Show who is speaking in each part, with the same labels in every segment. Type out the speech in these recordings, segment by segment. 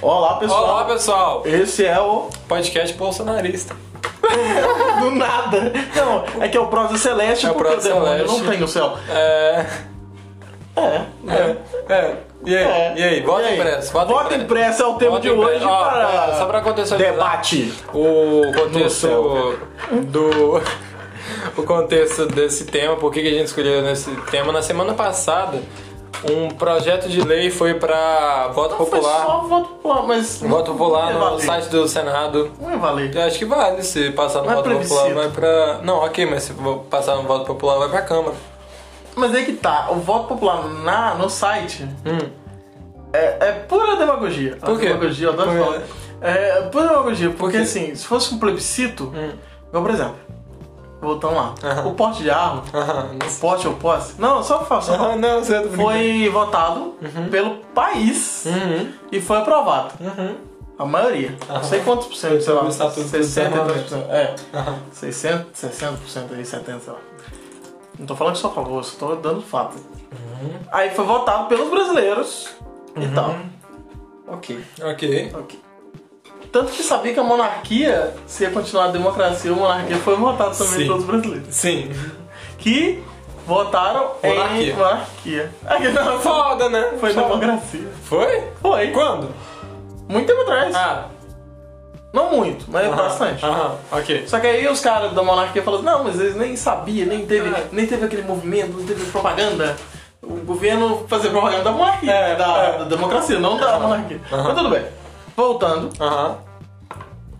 Speaker 1: Olá, pessoal.
Speaker 2: Olá, pessoal.
Speaker 1: Esse é o
Speaker 2: Podcast bolsonarista.
Speaker 1: do nada. Não, é que é o Prosa Celeste,
Speaker 2: É o
Speaker 1: porque
Speaker 2: Prosa
Speaker 1: o demônio
Speaker 2: Celeste.
Speaker 1: não tem o céu.
Speaker 2: É.
Speaker 1: É, é.
Speaker 2: É. é. E aí?
Speaker 1: É.
Speaker 2: E aí? Vota
Speaker 1: E aí?
Speaker 2: impresso. Vota,
Speaker 1: Vota
Speaker 2: impresso.
Speaker 1: impressa é o tema
Speaker 2: Vota
Speaker 1: de
Speaker 2: impresso.
Speaker 1: hoje
Speaker 2: Ó,
Speaker 1: para
Speaker 2: só pra contextualizar.
Speaker 1: debate.
Speaker 2: O
Speaker 1: No
Speaker 2: contexto
Speaker 1: céu.
Speaker 2: do. O contexto desse tema, por que que a gente escolheu nesse tema? Na semana passada, um projeto de lei foi pra voto
Speaker 1: Então Foi
Speaker 2: popular.
Speaker 1: só um voto popular, mas
Speaker 2: Voto popular
Speaker 1: não ia
Speaker 2: no
Speaker 1: valer.
Speaker 2: site do Senado.
Speaker 1: Não ia valer.
Speaker 2: Eu acho que vale se passar no
Speaker 1: Não é
Speaker 2: voto popular,
Speaker 1: plebiscito.
Speaker 2: vai pra. Não, ok, mas se vo- passar no voto popular, vai pra Câmara.
Speaker 1: Mas aí que tá, o voto popular na, no site
Speaker 2: Hum.
Speaker 1: é, é pura demagogia.
Speaker 2: Por quê?
Speaker 1: Demagogia, eu adoro
Speaker 2: Por quê?
Speaker 1: falar. É pura demagogia, porque
Speaker 2: quê?
Speaker 1: assim, se fosse um plebiscito,
Speaker 2: Hum.
Speaker 1: igual por exemplo, voltando lá,
Speaker 2: Aham.
Speaker 1: o porte de arma,
Speaker 2: Ah, não
Speaker 1: o porte ou posse, não, só faço. Só
Speaker 2: Ah, não, certo.
Speaker 1: foi votado pelo país
Speaker 2: Uhum.
Speaker 1: e foi aprovado.
Speaker 2: Uhum.
Speaker 1: A maioria. Não sei quantos por cento, sei lá.
Speaker 2: No Estatuto do
Speaker 1: 62%.
Speaker 2: né?
Speaker 1: É.
Speaker 2: Aham.
Speaker 1: 60, 60% aí, 70%, sei lá. Não tô falando que só a favor, só tô dando fato.
Speaker 2: Uhum.
Speaker 1: Aí foi votado pelos brasileiros e tal. Ok,
Speaker 2: Ok.
Speaker 1: ok. Tanto que sabia que a monarquia, se ia continuar a democracia, a monarquia foi votada também
Speaker 2: Sim.
Speaker 1: pelos brasileiros.
Speaker 2: Sim.
Speaker 1: Que votaram
Speaker 2: Monarquia.
Speaker 1: em monarquia. Aqui não, só
Speaker 2: Foda, né?
Speaker 1: foi
Speaker 2: Foda.
Speaker 1: democracia.
Speaker 2: Foi?
Speaker 1: Foi.
Speaker 2: Quando?
Speaker 1: Muito tempo atrás.
Speaker 2: Ah,
Speaker 1: Não muito, mas
Speaker 2: aham,
Speaker 1: É bastante.
Speaker 2: Aham, ok.
Speaker 1: Só que aí os caras da monarquia falaram, não, mas eles nem sabiam, nem teve,
Speaker 2: É.
Speaker 1: nem teve aquele movimento, não teve propaganda. O governo fazia propaganda da monarquia,
Speaker 2: É,
Speaker 1: da,
Speaker 2: é.
Speaker 1: da democracia, não da monarquia. Mas tudo bem. Voltando,
Speaker 2: Aham.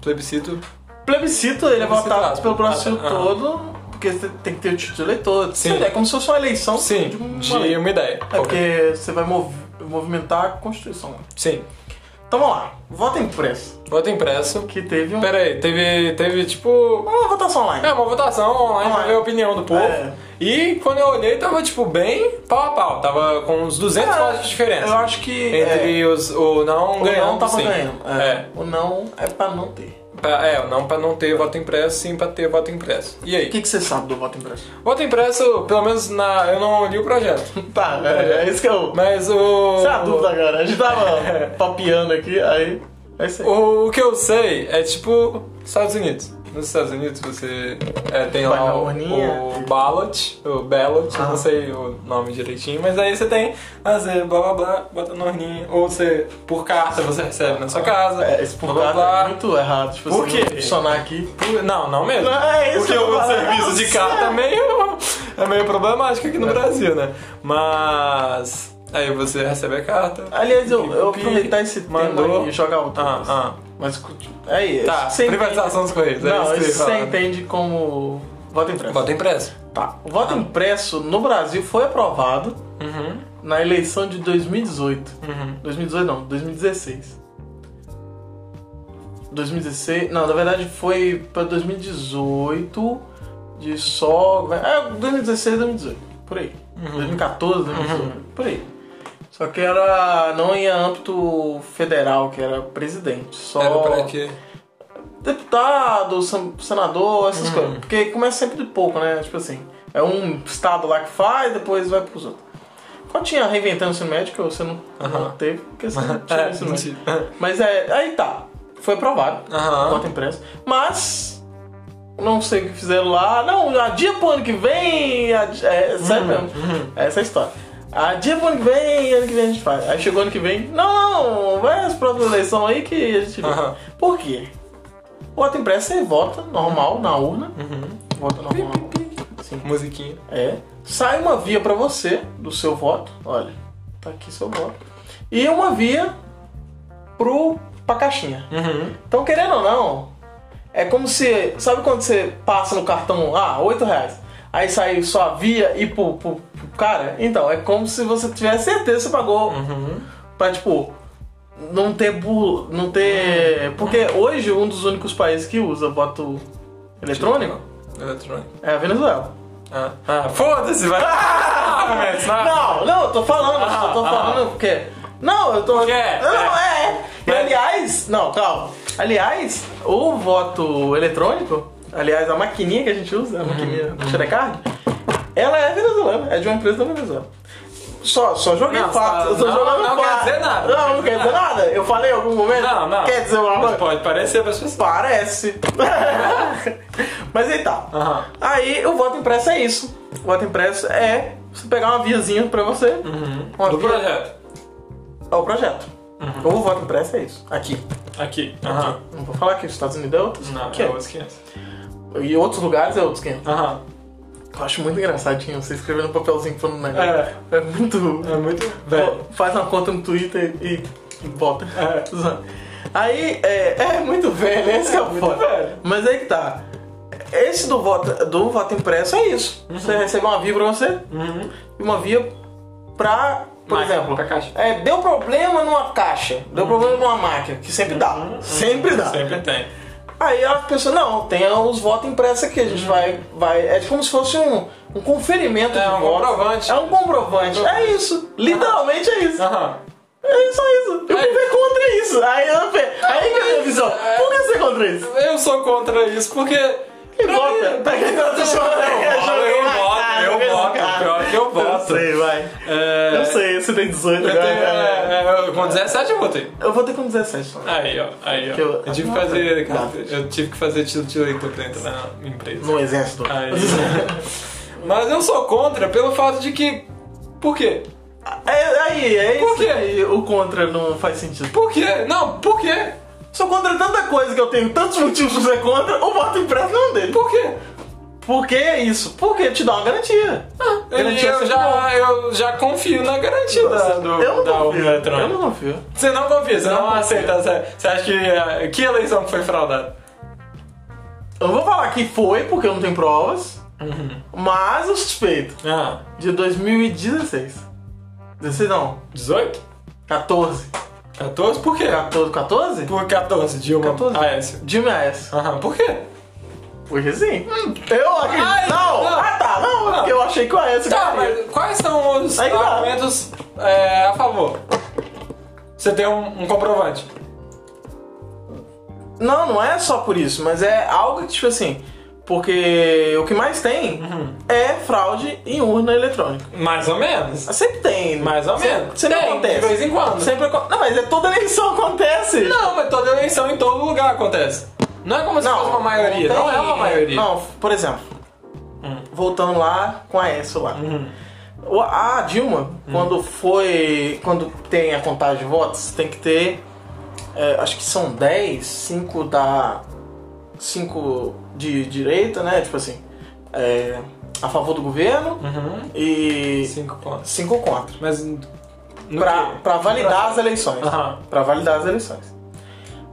Speaker 2: Plebiscito.
Speaker 1: plebiscito ele é
Speaker 2: Plebiscito
Speaker 1: votado
Speaker 2: lá,
Speaker 1: pelo Brasil
Speaker 2: lá, aham.
Speaker 1: todo, porque você tem que ter o título de eleitor.
Speaker 2: Sim.
Speaker 1: É como se fosse uma eleição
Speaker 2: Sim,
Speaker 1: de uma
Speaker 2: de
Speaker 1: lei.
Speaker 2: uma ideia.
Speaker 1: É porque você vai mov- movimentar a Constituição.
Speaker 2: Sim.
Speaker 1: Então vamos lá, voto impresso,
Speaker 2: Voto impresso.
Speaker 1: que teve um-
Speaker 2: Pera aí, teve, teve tipo.
Speaker 1: uma votação online.
Speaker 2: É, uma votação online pra
Speaker 1: Online.
Speaker 2: ver a opinião do povo.
Speaker 1: É.
Speaker 2: E quando eu olhei, tava, tipo, bem pau a pau. Tava com uns 200 votos de
Speaker 1: É Eu
Speaker 2: diferença.
Speaker 1: acho que... é,
Speaker 2: Entre os, o não
Speaker 1: O
Speaker 2: ganhando,
Speaker 1: não tá tava
Speaker 2: sim.
Speaker 1: ganhando.
Speaker 2: É.
Speaker 1: O não é pra não ter.
Speaker 2: Pra- é, o não pra não ter voto impresso, sim pra ter voto impresso. E aí?
Speaker 1: O que, que você sabe do voto impresso?
Speaker 2: Voto impresso, pelo menos na, eu não li o projeto.
Speaker 1: Tá, é, é isso que eu.
Speaker 2: Mas o.
Speaker 1: Isso é a dúvida agora. A gente tava papeando aqui, aí. É isso aí.
Speaker 2: O, o que eu sei é tipo Estados Unidos. Nos Estados Unidos você é, tem
Speaker 1: Vai na
Speaker 2: lá o,
Speaker 1: urninha.
Speaker 2: o ballot, o ballot, eu
Speaker 1: Ah.
Speaker 2: não sei o nome direitinho, mas aí você tem, ah, você blá blá blá, bota na urninha, ou você, por carta, você recebe na sua casa,
Speaker 1: É, esse por
Speaker 2: blá blá
Speaker 1: cara é
Speaker 2: blá.
Speaker 1: muito errado. Tipo
Speaker 2: Por
Speaker 1: assim,
Speaker 2: quê?
Speaker 1: funcionar aqui.
Speaker 2: Por- Não, não mesmo.
Speaker 1: Não, é isso
Speaker 2: Porque
Speaker 1: que eu
Speaker 2: o
Speaker 1: falo.
Speaker 2: serviço de carta é meio, é meio problemático aqui no
Speaker 1: É.
Speaker 2: Brasil, né? Mas aí você recebe a carta.
Speaker 1: Aliás, eu, eu
Speaker 2: Pi-
Speaker 1: aproveitar esse
Speaker 2: mandou.
Speaker 1: tema e jogar outra.
Speaker 2: Ah,
Speaker 1: coisa.
Speaker 2: ah.
Speaker 1: Mas aí,
Speaker 2: Tá,
Speaker 1: você entende-
Speaker 2: privatização dos Correios, é isso
Speaker 1: Não,
Speaker 2: que eu ia
Speaker 1: isso você
Speaker 2: falar.
Speaker 1: entende como voto impresso.
Speaker 2: Bota impresso.
Speaker 1: Tá. O voto impresso no Brasil foi aprovado
Speaker 2: Uhum.
Speaker 1: na eleição de 2018.
Speaker 2: Uhum.
Speaker 1: 2018 não, 2016. 2016. Não, na verdade foi pra 2018 de só. É, 2016, 2018. Por aí. 2014, 2018. Por aí. Só que era. não em âmbito federal, que era presidente. Só
Speaker 2: Era pra quê?
Speaker 1: deputado, sen- senador, essas coisas. Porque começa sempre de pouco, né? Tipo assim, é um estado lá que faz, depois vai pros outros. Quando tinha reinventando o ensino médio, que você não, não teve, porque você É, não tinha ensino médio.
Speaker 2: mentira.
Speaker 1: Mas é, aí tá. Foi aprovado,
Speaker 2: Aham.
Speaker 1: voto impresso. Mas, não sei o que fizeram lá. Não, adia pro ano que vem. adi- É, sério mesmo. Essa é a história. Adia pro ano que vem, ano que vem a gente faz. Aí chegou ano que vem. Não, não, vai as próximas eleições aí que a gente vê.
Speaker 2: Aham.
Speaker 1: Por quê? Voto impresso, você vota normal na urna.
Speaker 2: Uhum.
Speaker 1: Vota normal. na urna. Sim.
Speaker 2: Musiquinha.
Speaker 1: É. Sai uma via pra você do seu voto. Olha, tá aqui seu voto. E uma via pro pra caixinha.
Speaker 2: Uhum.
Speaker 1: Então, querendo ou não, é como se. Sabe quando você passa no cartão, ah, 8 reais. Aí sai só a via e pro, pro, pro cara? Então, é como se você tivesse certeza que você pagou. Pra, tipo, não ter bu não ter. Porque hoje um dos únicos países que usa voto eletrônico
Speaker 2: Eletrônico.
Speaker 1: é a Venezuela.
Speaker 2: Ah, ah foda-se, vai. Ah, começa, vai.
Speaker 1: Não, não, eu tô falando,
Speaker 2: Ah,
Speaker 1: eu tô
Speaker 2: ah.
Speaker 1: falando porque. Não, eu tô.
Speaker 2: Porque é,
Speaker 1: não, é. E,
Speaker 2: Mas-
Speaker 1: aliás, não, calma. Aliás, o voto eletrônico, aliás, a maquininha que
Speaker 2: Uhum.
Speaker 1: a gente usa, a maquininha do Xerecard, ela é venezuelana, é de uma empresa da Venezuela. Só, só joguei
Speaker 2: Não,
Speaker 1: fato.
Speaker 2: só-
Speaker 1: Eu tô
Speaker 2: não,
Speaker 1: jogando
Speaker 2: não quer
Speaker 1: fato.
Speaker 2: dizer nada,
Speaker 1: Não, não quer dizer nada. Eu falei em algum momento?
Speaker 2: Não, não.
Speaker 1: Quer dizer uma
Speaker 2: Mas
Speaker 1: coisa?
Speaker 2: pode parecer pras pessoas.
Speaker 1: Parece. Mas aí tá.
Speaker 2: Aham.
Speaker 1: Aí o voto impresso é isso. O voto impresso é você pegar uma viazinha pra você. Uma
Speaker 2: Uhum. Do
Speaker 1: via-
Speaker 2: projeto. Uhum.
Speaker 1: É o projeto. Ou o voto impresso é isso. Aqui.
Speaker 2: Aqui. Aham.
Speaker 1: Não vou falar que os Estados Unidos é outros.
Speaker 2: Não,
Speaker 1: que
Speaker 2: é outros 500.
Speaker 1: E outros lugares é outros 500.
Speaker 2: Aham.
Speaker 1: Eu acho muito engraçadinho você escrever no papelzinho falando um negócio.
Speaker 2: É,
Speaker 1: É, muito.
Speaker 2: é muito velho.
Speaker 1: Pô, Faz uma conta no Twitter e e bota.
Speaker 2: É.
Speaker 1: Zoando. Aí, é, é muito velho, esse que é o
Speaker 2: Muito
Speaker 1: foda.
Speaker 2: velho.
Speaker 1: Mas aí que tá. Esse do voto, do voto impresso é isso. Você recebe uma via pra você
Speaker 2: Uhum.
Speaker 1: e uma via pra, por
Speaker 2: Máquina,
Speaker 1: exemplo,
Speaker 2: pra caixa. Uhum.
Speaker 1: é, deu problema numa caixa, deu problema numa máquina, que sempre dá. Sempre dá.
Speaker 2: Sempre tem.
Speaker 1: Aí a pessoa, não, tem os votos impressos aqui, a gente vai, vai. É como se fosse um, um conferimento
Speaker 2: Uhum. É
Speaker 1: de
Speaker 2: um
Speaker 1: votos.
Speaker 2: comprovante.
Speaker 1: É um comprovante. É isso. Literalmente é isso.
Speaker 2: Aham.
Speaker 1: É só isso. Eu
Speaker 2: É
Speaker 1: fui ver contra isso. Aí eu Aí que eu tenho visão. Por que você é contra isso?
Speaker 2: Eu sou contra isso porque.
Speaker 1: E vota. Tá querendo eu chorando.
Speaker 2: Eu
Speaker 1: Ah,
Speaker 2: voto, eu voto. Pior que eu
Speaker 1: Eu
Speaker 2: voto.
Speaker 1: sei, vai.
Speaker 2: É,
Speaker 1: Eu sei, você tem 18
Speaker 2: Eu
Speaker 1: agora.
Speaker 2: tenho,
Speaker 1: cara.
Speaker 2: é, é, eu- com 17 eu votei.
Speaker 1: Eu vou ter com 17.
Speaker 2: Aí, ó, aí, ó.
Speaker 1: Que eu-
Speaker 2: Eu, tive que fazer. Eu tive que fazer título de leitor pra entrar na empresa.
Speaker 1: No exército.
Speaker 2: Aí. Mas eu sou contra pelo fato de que. Por quê?
Speaker 1: É, aí, é isso.
Speaker 2: Por quê?
Speaker 1: aí, o contra não faz sentido.
Speaker 2: Por quê? Não, por quê?
Speaker 1: Sou contra tanta coisa que eu tenho tantos motivos pra ser contra, o voto impresso não é um deles.
Speaker 2: Por quê?
Speaker 1: Por que é isso? Porque te dá uma garantia.
Speaker 2: Ah,
Speaker 1: Garantia
Speaker 2: eu,
Speaker 1: sempre
Speaker 2: já, eu já confio na garantia da, do,
Speaker 1: eu não
Speaker 2: da
Speaker 1: confio.
Speaker 2: urna eletrônica.
Speaker 1: Eu não confio.
Speaker 2: Você não confia, você não,
Speaker 1: Não confio.
Speaker 2: aceita. Você você acha que. ah, Que eleição que foi fraudada?
Speaker 1: Eu não vou falar que foi, porque eu não tenho provas, mas eu suspeito.
Speaker 2: Uhum. Ah,
Speaker 1: De 2016. 16 não.
Speaker 2: 18?
Speaker 1: 14.
Speaker 2: 14? Por quê?
Speaker 1: 14, 14?
Speaker 2: Por 14, Dilma.
Speaker 1: 14.
Speaker 2: Aécio.
Speaker 1: Dilma S.
Speaker 2: Aham, por quê?
Speaker 1: Porque sim. Eu acredito.
Speaker 2: Hum. Ai,
Speaker 1: não.
Speaker 2: não.
Speaker 1: Ah tá, não.
Speaker 2: Ah.
Speaker 1: Porque eu achei que o S
Speaker 2: Tá,
Speaker 1: ganharia.
Speaker 2: mas quais são os
Speaker 1: Aí que tá.
Speaker 2: argumentos é, a favor? Você tem um, um comprovante.
Speaker 1: Não, não é só por isso, mas é algo que, tipo assim. Porque o que mais tem
Speaker 2: Uhum.
Speaker 1: é fraude em urna eletrônica.
Speaker 2: Mais ou menos.
Speaker 1: Sempre tem.
Speaker 2: Mais ou
Speaker 1: Se-
Speaker 2: menos.
Speaker 1: Sempre
Speaker 2: Tem,
Speaker 1: acontece.
Speaker 2: de vez em quando.
Speaker 1: Sempre acontece. Não, mas é toda eleição acontece.
Speaker 2: Não, mas toda eleição em todo lugar acontece. Não é como se fosse uma maioria.
Speaker 1: tem-
Speaker 2: Não, é uma maioria.
Speaker 1: Não, por exemplo. hum, Voltando lá com a S lá.
Speaker 2: Uhum.
Speaker 1: O- A Dilma,
Speaker 2: Hum.
Speaker 1: quando foi. Quando tem a contagem de votos, tem que ter. é, acho que são 10, 5 da. 5 de direita, né? Tipo assim. é, a favor do governo
Speaker 2: Uhum.
Speaker 1: e
Speaker 2: Cinco pontos.
Speaker 1: 5 contra.
Speaker 2: Mas. no
Speaker 1: Pra,
Speaker 2: quê? Ah,
Speaker 1: pra validar as eleições.
Speaker 2: Aham.
Speaker 1: Pra validar as eleições.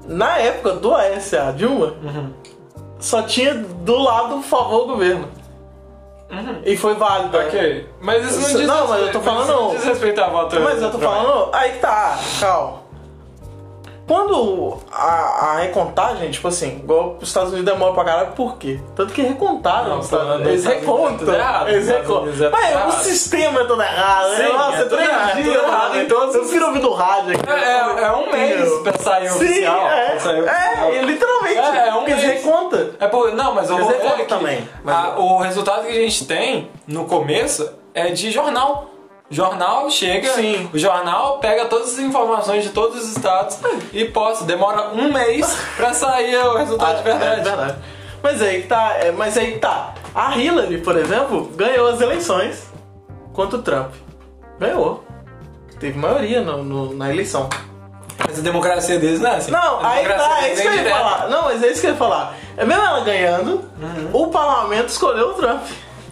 Speaker 1: Na época do ASA Dilma,
Speaker 2: Uhum.
Speaker 1: só tinha do lado favor o governo.
Speaker 2: Uhum.
Speaker 1: E foi válido.
Speaker 2: Ok. Mas isso não
Speaker 1: Isso-
Speaker 2: diz
Speaker 1: não, mas eu tô falando-
Speaker 2: Isso não diz respeito à voto.
Speaker 1: Mas eu tô falando. Aí que tá, calma. Quando a, a recontagem, tipo assim, igual os Estados Unidos demora pra caralho, por quê? Tanto que recontaram.
Speaker 2: Não,
Speaker 1: os Estados
Speaker 2: tá-
Speaker 1: Unidos. eles
Speaker 2: os Estados Unidos é
Speaker 1: recontam.
Speaker 2: tudo errado,
Speaker 1: Eles
Speaker 2: os Estados
Speaker 1: recontam.
Speaker 2: Unidos é tudo
Speaker 1: Mas
Speaker 2: errado.
Speaker 1: o sistema é todo errado.
Speaker 2: Sim,
Speaker 1: Nossa,
Speaker 2: é
Speaker 1: é
Speaker 2: tudo
Speaker 1: três
Speaker 2: errado,
Speaker 1: dias.
Speaker 2: tudo errado em todos
Speaker 1: Eu
Speaker 2: os-
Speaker 1: prefiro ouvir do rádio aqui.
Speaker 2: É, é- é um mês pra sair o
Speaker 1: Sim,
Speaker 2: oficial.
Speaker 1: é,
Speaker 2: pra sair o oficial.
Speaker 1: é, e literalmente.
Speaker 2: É, é um
Speaker 1: porque eles
Speaker 2: mês.
Speaker 1: recontam.
Speaker 2: É por, não, mas o
Speaker 1: Quer dizer,
Speaker 2: rolê é
Speaker 1: voto
Speaker 2: que
Speaker 1: também, mas-
Speaker 2: a- o resultado que a gente tem no começo é de jornal. Jornal chega,
Speaker 1: Sim.
Speaker 2: o jornal pega todas as informações de todos os estados e posta. Demora um mês pra sair o resultado de verdade.
Speaker 1: É verdade. Mas aí que tá. é, mas aí que tá. A Hillary, por exemplo, ganhou as eleições contra o Trump. Ganhou. Teve maioria no- no- na eleição.
Speaker 2: Mas a democracia deles não é assim.
Speaker 1: Não,
Speaker 2: A
Speaker 1: aí que tá,
Speaker 2: democracia
Speaker 1: é isso que eu
Speaker 2: deles
Speaker 1: ia
Speaker 2: direta.
Speaker 1: falar. Não, mas é isso que eu ia falar. É mesmo ela ganhando, o parlamento escolheu o Trump.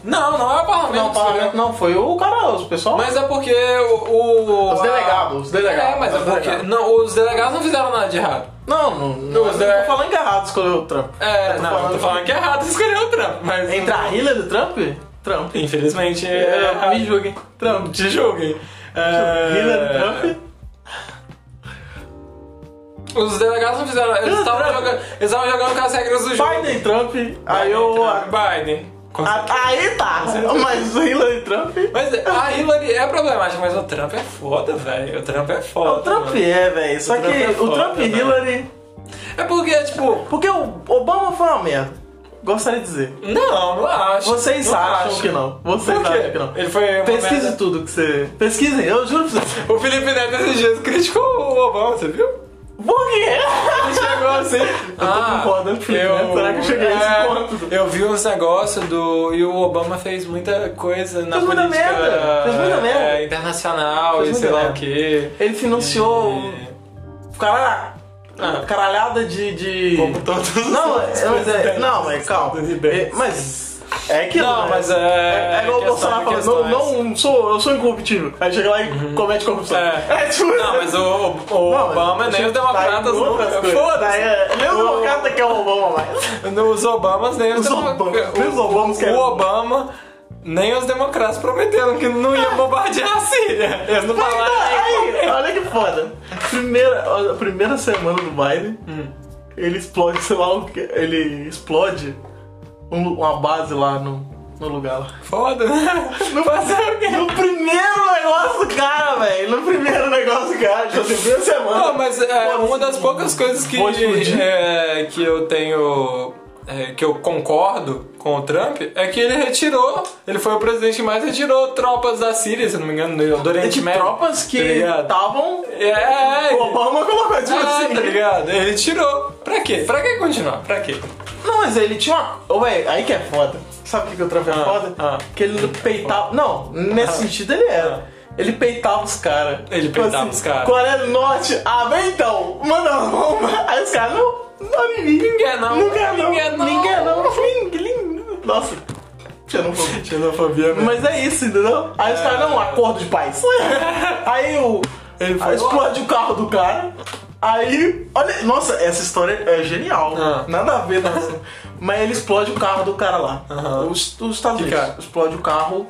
Speaker 2: Não, não é o parlamento.
Speaker 1: Uhum. Não, o parlamento não, foi o cara, o pessoal.
Speaker 2: Mas é porque o. o-
Speaker 1: Os
Speaker 2: a-
Speaker 1: delegados, os delegados.
Speaker 2: É, mas é
Speaker 1: Os
Speaker 2: porque.
Speaker 1: delegados.
Speaker 2: Não, os delegados não fizeram nada de errado.
Speaker 1: não, não, é- não,
Speaker 2: Os
Speaker 1: eu
Speaker 2: da-
Speaker 1: não tô falando que errado escolheu o Trump.
Speaker 2: É,
Speaker 1: Eu tô
Speaker 2: não, eu tô falando que é errado escolher o Trump, mas.
Speaker 1: Entre a Hillary e o Trump? Trump.
Speaker 2: Infelizmente é.
Speaker 1: É,
Speaker 2: errado.
Speaker 1: me julguem. Trump.
Speaker 2: Te julguem. É...
Speaker 1: Hillary Trump?
Speaker 2: Os delegados não fizeram. Eles
Speaker 1: Hillary
Speaker 2: estavam
Speaker 1: Trump.
Speaker 2: jogando, eles estavam jogando com as regras do jogo.
Speaker 1: É. Biden e Trump, aí eu.
Speaker 2: Biden. Com
Speaker 1: a-
Speaker 2: certeza.
Speaker 1: aí tá, mas o Hillary Trump.
Speaker 2: Mas a Hillary é problemática, mas o Trump é foda, velho. O Trump é foda.
Speaker 1: O Trump
Speaker 2: mano.
Speaker 1: é, velho. Só
Speaker 2: O Trump
Speaker 1: que
Speaker 2: é
Speaker 1: o
Speaker 2: foda,
Speaker 1: Trump e
Speaker 2: né?
Speaker 1: Hillary.
Speaker 2: é. porque, tipo.
Speaker 1: Porque o Obama foi uma merda. Gostaria de dizer.
Speaker 2: Não, não acho.
Speaker 1: Vocês
Speaker 2: não
Speaker 1: acham
Speaker 2: acho.
Speaker 1: que não. Vocês
Speaker 2: Por quê?
Speaker 1: acham que não.
Speaker 2: Ele foi uma
Speaker 1: Pesquise
Speaker 2: merda.
Speaker 1: tudo que você. Pesquisem, eu juro pra vocês.
Speaker 2: O Felipe Neto esses dias criticou o Obama, você viu?
Speaker 1: Por quê?
Speaker 2: Ele chegou assim.
Speaker 1: tô concordando com o Felipe Neto, será que eu cheguei a esse ponto?
Speaker 2: é, Eu vi uns negócios do. E o Obama fez muita coisa na
Speaker 1: Fez muita
Speaker 2: política
Speaker 1: merda, fez muita
Speaker 2: é,
Speaker 1: merda.
Speaker 2: internacional
Speaker 1: Fez
Speaker 2: e sei
Speaker 1: muita
Speaker 2: lá o
Speaker 1: merda.
Speaker 2: quê.
Speaker 1: Ele financiou.
Speaker 2: E-
Speaker 1: Cara,
Speaker 2: Ah.
Speaker 1: caralhada de. de...
Speaker 2: Como todos os
Speaker 1: Não,
Speaker 2: outros
Speaker 1: é, mas é,
Speaker 2: presidentes
Speaker 1: não, mas calma.
Speaker 2: estadunidenses.
Speaker 1: É, mas. É aquilo.
Speaker 2: Não,
Speaker 1: né?
Speaker 2: mas é-
Speaker 1: É, é igual o
Speaker 2: questão de
Speaker 1: Bolsonaro falando,
Speaker 2: questões. Uhum.
Speaker 1: não, não sou, eu sou incorruptível. Aí chega lá e comete corrupção.
Speaker 2: É.
Speaker 1: tipo.
Speaker 2: Não, mas o, o-
Speaker 1: Não,
Speaker 2: o
Speaker 1: mas
Speaker 2: Obama nem os
Speaker 1: tá
Speaker 2: democratas
Speaker 1: em
Speaker 2: não.
Speaker 1: outras coisas. Tá,
Speaker 2: Foda-se!
Speaker 1: é, Nem os
Speaker 2: O-
Speaker 1: democratas quer o Obama mais.
Speaker 2: Os Obamas nem os,
Speaker 1: Os
Speaker 2: demo-
Speaker 1: Obamas,
Speaker 2: o-
Speaker 1: os Obamas querem-
Speaker 2: O Obama nem os democratas prometeram que não ia bombardear a Síria. Eles não falaram nem
Speaker 1: Ah. Aí, olha que foda. Primeira, a primeira semana do Biden,
Speaker 2: Hum.
Speaker 1: ele explode, sei lá o que. Ele explode um- uma base lá no, no lugar lá.
Speaker 2: Foda, né?
Speaker 1: No, no primeiro negócio do cara, velho. No primeiro negócio do cara, já tem duas semanas.
Speaker 2: Não, mas é,
Speaker 1: Pô,
Speaker 2: uma das poucas coisas que,
Speaker 1: Pode explodir.
Speaker 2: é, que eu tenho. é, que eu concordo com o Trump é que ele retirou. Ele foi o presidente que mais retirou tropas da Síria, se não me engano, do
Speaker 1: É
Speaker 2: Oriente
Speaker 1: de
Speaker 2: Médio.
Speaker 1: tropas
Speaker 2: tá
Speaker 1: que
Speaker 2: ligado?
Speaker 1: estavam.
Speaker 2: É, é, é.
Speaker 1: O Obama colocou, tipo
Speaker 2: Ah,
Speaker 1: assim.
Speaker 2: tá ligado? Ele tirou. Pra quê? Pra que continuar? Pra quê?
Speaker 1: Não, mas ele tinha uma. Ô, véi, aí que é foda. Sabe o que, que o Trump é
Speaker 2: Ah,
Speaker 1: foda?
Speaker 2: ah.
Speaker 1: que ele não peitava. Não, nesse sentido ele era. Ele peitava os Tipo caras.
Speaker 2: Ah. Ele peitava os cara.
Speaker 1: Coreia do Norte, ah, vem então, manda uma bomba. Aí os caras, não, não, ninguém.
Speaker 2: Ninguém é não.
Speaker 1: Ninguém é não.
Speaker 2: Ninguém é não.
Speaker 1: Ninguém é não. Ninguém- Nossa, um xenofobia.
Speaker 2: Xenofobia mesmo.
Speaker 1: Mas é isso, entendeu? Aí os caras, não, acordo de paz. aí o.
Speaker 2: Ele
Speaker 1: Aí
Speaker 2: foi.
Speaker 1: explode o carro do cara. Aí. Olha, nossa, essa história é genial.
Speaker 2: Ah.
Speaker 1: Nada a ver, nossa. Mas ele explode o carro do cara lá.
Speaker 2: Aham.
Speaker 1: Os, os Estados
Speaker 2: Que
Speaker 1: Unidos.
Speaker 2: cara?
Speaker 1: Explode o carro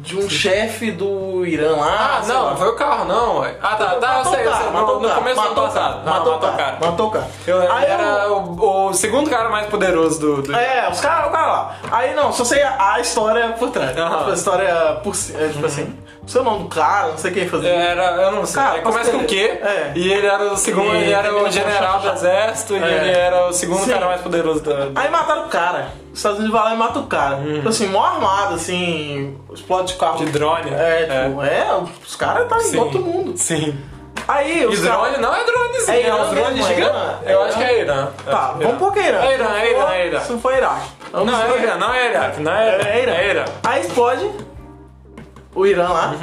Speaker 1: de um chefe do Irã lá.
Speaker 2: Ah,
Speaker 1: sei
Speaker 2: não,
Speaker 1: lá.
Speaker 2: foi o carro, não, ué. Ah, tá, tá, eu
Speaker 1: Matou
Speaker 2: sei,
Speaker 1: o
Speaker 2: eu
Speaker 1: cara,
Speaker 2: sei.
Speaker 1: matou
Speaker 2: No,
Speaker 1: o
Speaker 2: no
Speaker 1: cara,
Speaker 2: começo do ano
Speaker 1: matou o cara,
Speaker 2: passado. Não,
Speaker 1: Matou o
Speaker 2: matou o
Speaker 1: cara. Matou o cara.
Speaker 2: Eu,
Speaker 1: Aí
Speaker 2: era
Speaker 1: o-
Speaker 2: o, o segundo cara mais poderoso do. do-
Speaker 1: É, os caras, o cara lá. Aí não, só sei a, a história por trás.
Speaker 2: Aham. Uhum.
Speaker 1: Tipo, A história por si- é, tipo assim. Não sei o nome do cara, não sei quem fazia.
Speaker 2: Era, eu não sei.
Speaker 1: Cara,
Speaker 2: Aí começa com o quê?
Speaker 1: é.
Speaker 2: E ele era o segundo,
Speaker 1: E
Speaker 2: ele era o
Speaker 1: terminou
Speaker 2: general
Speaker 1: com
Speaker 2: do
Speaker 1: a-
Speaker 2: exército e
Speaker 1: É.
Speaker 2: ele era o segundo
Speaker 1: Sim.
Speaker 2: cara mais poderoso da. da-
Speaker 1: Aí mataram o cara. Os Estados Unidos vai lá e mata o cara. Tipo assim, mó armado, assim, explode o carro.
Speaker 2: Uhum. De drone. né?
Speaker 1: É, tipo, é, os caras tá
Speaker 2: Sim.
Speaker 1: igual todo mundo.
Speaker 2: Sim.
Speaker 1: Aí
Speaker 2: E
Speaker 1: os caras.
Speaker 2: drone não é dronezinho,
Speaker 1: É
Speaker 2: é,
Speaker 1: Irã
Speaker 2: um drone
Speaker 1: mesmo, é
Speaker 2: gigante.
Speaker 1: Irã?
Speaker 2: Eu
Speaker 1: É
Speaker 2: acho que
Speaker 1: Irã?
Speaker 2: é Irã.
Speaker 1: Tá, vamos pôr que é Irã.
Speaker 2: É Irã,
Speaker 1: Se
Speaker 2: é Irã,
Speaker 1: for-
Speaker 2: é Irã.
Speaker 1: Se não for Iraque. Vamos
Speaker 2: Não,
Speaker 1: supor
Speaker 2: é Irã,
Speaker 1: Iraque.
Speaker 2: não é Iraque, não é Iraque.
Speaker 1: É Irã.
Speaker 2: É Irã.
Speaker 1: Aí explode o Irã lá.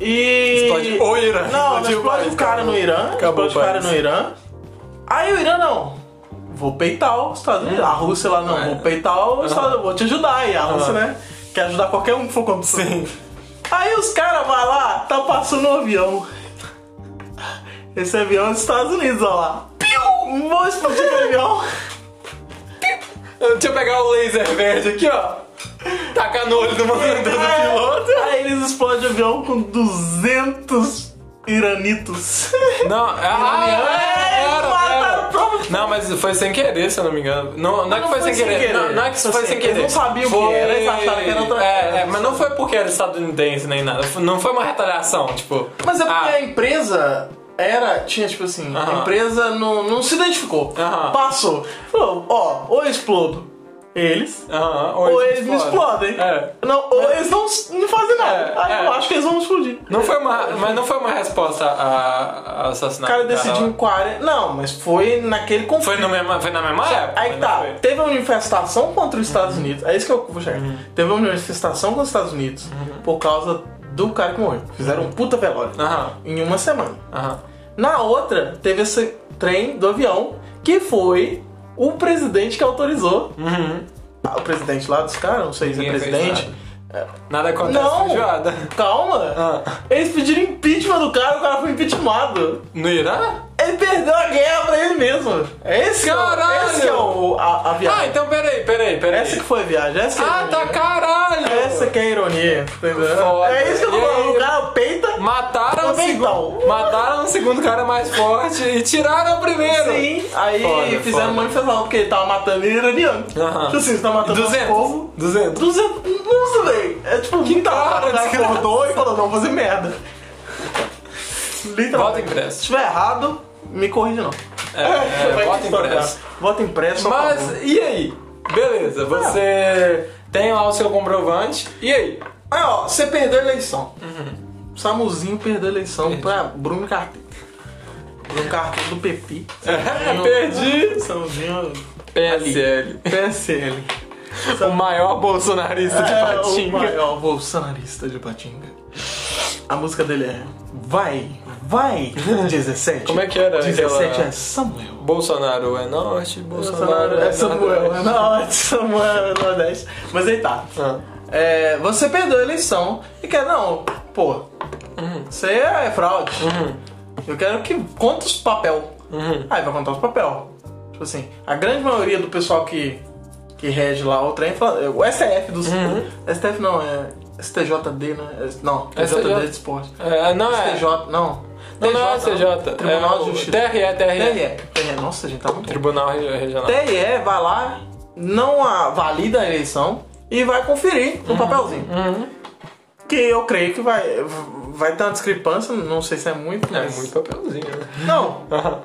Speaker 1: E.
Speaker 2: Uhum. Explode o Irã.
Speaker 1: Não, não
Speaker 2: Explode o
Speaker 1: explode
Speaker 2: país,
Speaker 1: o cara
Speaker 2: acabou.
Speaker 1: no Irã.
Speaker 2: Acabou
Speaker 1: Explode o cara
Speaker 2: o país.
Speaker 1: no Irã. Aí o Irã não. Vou peitar os Estados Unidos. A Rússia lá não.
Speaker 2: É.
Speaker 1: Vou peitar os Estados Unidos. Vou te ajudar. E a Rússia, né? Quer ajudar qualquer um que for contra Sim. Aí os caras vão lá, tá passando um avião. Esse avião é dos Estados Unidos, ó lá. Piu! Vou explodir o avião.
Speaker 2: Deixa eu pegar o laser verde aqui, ó. Tacar no olho do mandante do piloto.
Speaker 1: É. Aí eles explodem o avião com 200 iranitos.
Speaker 2: Não,
Speaker 1: é
Speaker 2: ah,
Speaker 1: Iraniano.
Speaker 2: era,
Speaker 1: um É,
Speaker 2: era,
Speaker 1: mataram
Speaker 2: era.
Speaker 1: o próprio-
Speaker 2: Não, mas foi sem querer, se eu não me engano. Não, não, é que foi, sem, querer. Não, não é que
Speaker 1: Tipo
Speaker 2: foi
Speaker 1: assim,
Speaker 2: sem querer.
Speaker 1: eles não sabiam o que era, eles acharam que era outra
Speaker 2: É,
Speaker 1: coisa.
Speaker 2: é, mas não foi porque era estadunidense nem nada. Não foi uma retaliação, tipo.
Speaker 1: Mas é porque
Speaker 2: ah,
Speaker 1: a empresa era. Tinha tipo assim,
Speaker 2: Aham.
Speaker 1: a empresa não, não se identificou.
Speaker 2: Aham.
Speaker 1: Passou. Falou, ó, ou eu explodo eles,
Speaker 2: aham,
Speaker 1: ou eles me explodem.
Speaker 2: É.
Speaker 1: Não, ou eles não, não fazem nada.
Speaker 2: É,
Speaker 1: Aí
Speaker 2: é.
Speaker 1: eu acho que eles vão explodir.
Speaker 2: Não foi uma, mas não foi uma resposta a, a
Speaker 1: O
Speaker 2: assassinato.
Speaker 1: cara
Speaker 2: do
Speaker 1: decidiu em
Speaker 2: lá.
Speaker 1: 40. Não, mas foi naquele conflito.
Speaker 2: Foi, no mesma, foi na mesma época?
Speaker 1: Aí que
Speaker 2: É, não
Speaker 1: tá,
Speaker 2: foi? Uhum.
Speaker 1: teve uma manifestação contra os Estados Unidos. É isso que eu vou chegar. Teve uma manifestação contra os Estados Unidos
Speaker 2: Uhum.
Speaker 1: por causa do cara que morreu. Fizeram um puta velório
Speaker 2: Aham,
Speaker 1: em uma semana.
Speaker 2: aham.
Speaker 1: Na outra, teve esse trem do avião que foi o presidente que autorizou.
Speaker 2: Uhum.
Speaker 1: Ah, o presidente lá dos caras, não sei se é
Speaker 2: Ninguém fez
Speaker 1: presidente.
Speaker 2: Nada acontece
Speaker 1: Não!
Speaker 2: feijoada.
Speaker 1: Calma!
Speaker 2: Ah.
Speaker 1: Eles pediram impeachment do cara, o cara foi impeachmentado.
Speaker 2: No Irã?
Speaker 1: Ele perdeu a guerra pra ele mesmo. Esse que é o-
Speaker 2: Caralho!
Speaker 1: Esse que é o, a, a
Speaker 2: Ah,
Speaker 1: viagem.
Speaker 2: então peraí, peraí, peraí.
Speaker 1: Essa que foi a viagem. Essa que é a
Speaker 2: Ah,
Speaker 1: ironia.
Speaker 2: tá caralho!
Speaker 1: Essa que é a ironia, entendeu?
Speaker 2: Foda.
Speaker 1: É isso que eu tô
Speaker 2: E aí,
Speaker 1: falando. O cara peita.
Speaker 2: Mataram o,
Speaker 1: Também
Speaker 2: segundo,
Speaker 1: não.
Speaker 2: mataram o segundo cara mais forte e tiraram o primeiro!
Speaker 1: Sim, aí
Speaker 2: Foda,
Speaker 1: fizeram
Speaker 2: foda.
Speaker 1: manifestação, porque ele tava matando iraniano.
Speaker 2: Aham.
Speaker 1: Tipo assim, você tá matando o
Speaker 2: 200!
Speaker 1: povo.
Speaker 2: 200!
Speaker 1: 200. Nossa, velho. É tipo, que
Speaker 2: cara,
Speaker 1: O cara
Speaker 2: desgraça.
Speaker 1: acordou e falou: não, vou fazer merda.
Speaker 2: Bota
Speaker 1: Literalmente. Se
Speaker 2: impresso.
Speaker 1: tiver errado, me corrija não.
Speaker 2: É, é,
Speaker 1: Vai
Speaker 2: bota
Speaker 1: te tocar.
Speaker 2: impresso.
Speaker 1: Bota impresso. só pra
Speaker 2: Mas,
Speaker 1: mim.
Speaker 2: e aí?
Speaker 1: Ah.
Speaker 2: Beleza, você tem lá o seu comprovante. E aí?
Speaker 1: Aí, ó, você perdeu a eleição.
Speaker 2: Uhum.
Speaker 1: Samuzinho perdeu a eleição pra Bruno Carteiro. Bruno Carteiro do PP. Samuzinho-
Speaker 2: Perdi.
Speaker 1: Samuzinho
Speaker 2: PSL.
Speaker 1: PSL.
Speaker 2: O maior bolsonarista de
Speaker 1: É o
Speaker 2: Patinga.
Speaker 1: maior bolsonarista de Patinga. A música dele é Vai, vai, 17.
Speaker 2: Como é que era
Speaker 1: 17
Speaker 2: aquela-
Speaker 1: é Samuel.
Speaker 2: Bolsonaro é norte, Bolsonaro é
Speaker 1: é Samuel, é
Speaker 2: nordeste.
Speaker 1: norte, Samuel é nordeste. Mas aí tá.
Speaker 2: Ah.
Speaker 1: É, você perdeu a eleição e quer, não, pô,
Speaker 2: Uhum.
Speaker 1: isso aí é fraude. Eu quero que conte os papel.
Speaker 2: Uhum.
Speaker 1: Aí vai contar os papel. Tipo assim, a grande maioria do pessoal que, que rege lá o trem, fala- é o STF dos.
Speaker 2: Uhum.
Speaker 1: STF não, é STJD, né? Não, STJD de esporte.
Speaker 2: É, não é.
Speaker 1: STJ, não.
Speaker 2: Não, não é
Speaker 1: TJ,
Speaker 2: CJ.
Speaker 1: Tribunal de
Speaker 2: é o
Speaker 1: Justiça.
Speaker 2: TRE, TRE.
Speaker 1: TRE. TRE. Nossa, gente, tá muito
Speaker 2: Tribunal Regional.
Speaker 1: TRE vai lá, não a- valida a eleição e vai conferir no
Speaker 2: Uhum.
Speaker 1: papelzinho. Que eu creio que vai, vai ter uma discrepância, não sei se é muito,
Speaker 2: É
Speaker 1: mas...
Speaker 2: muito papelzinho, né?
Speaker 1: Não,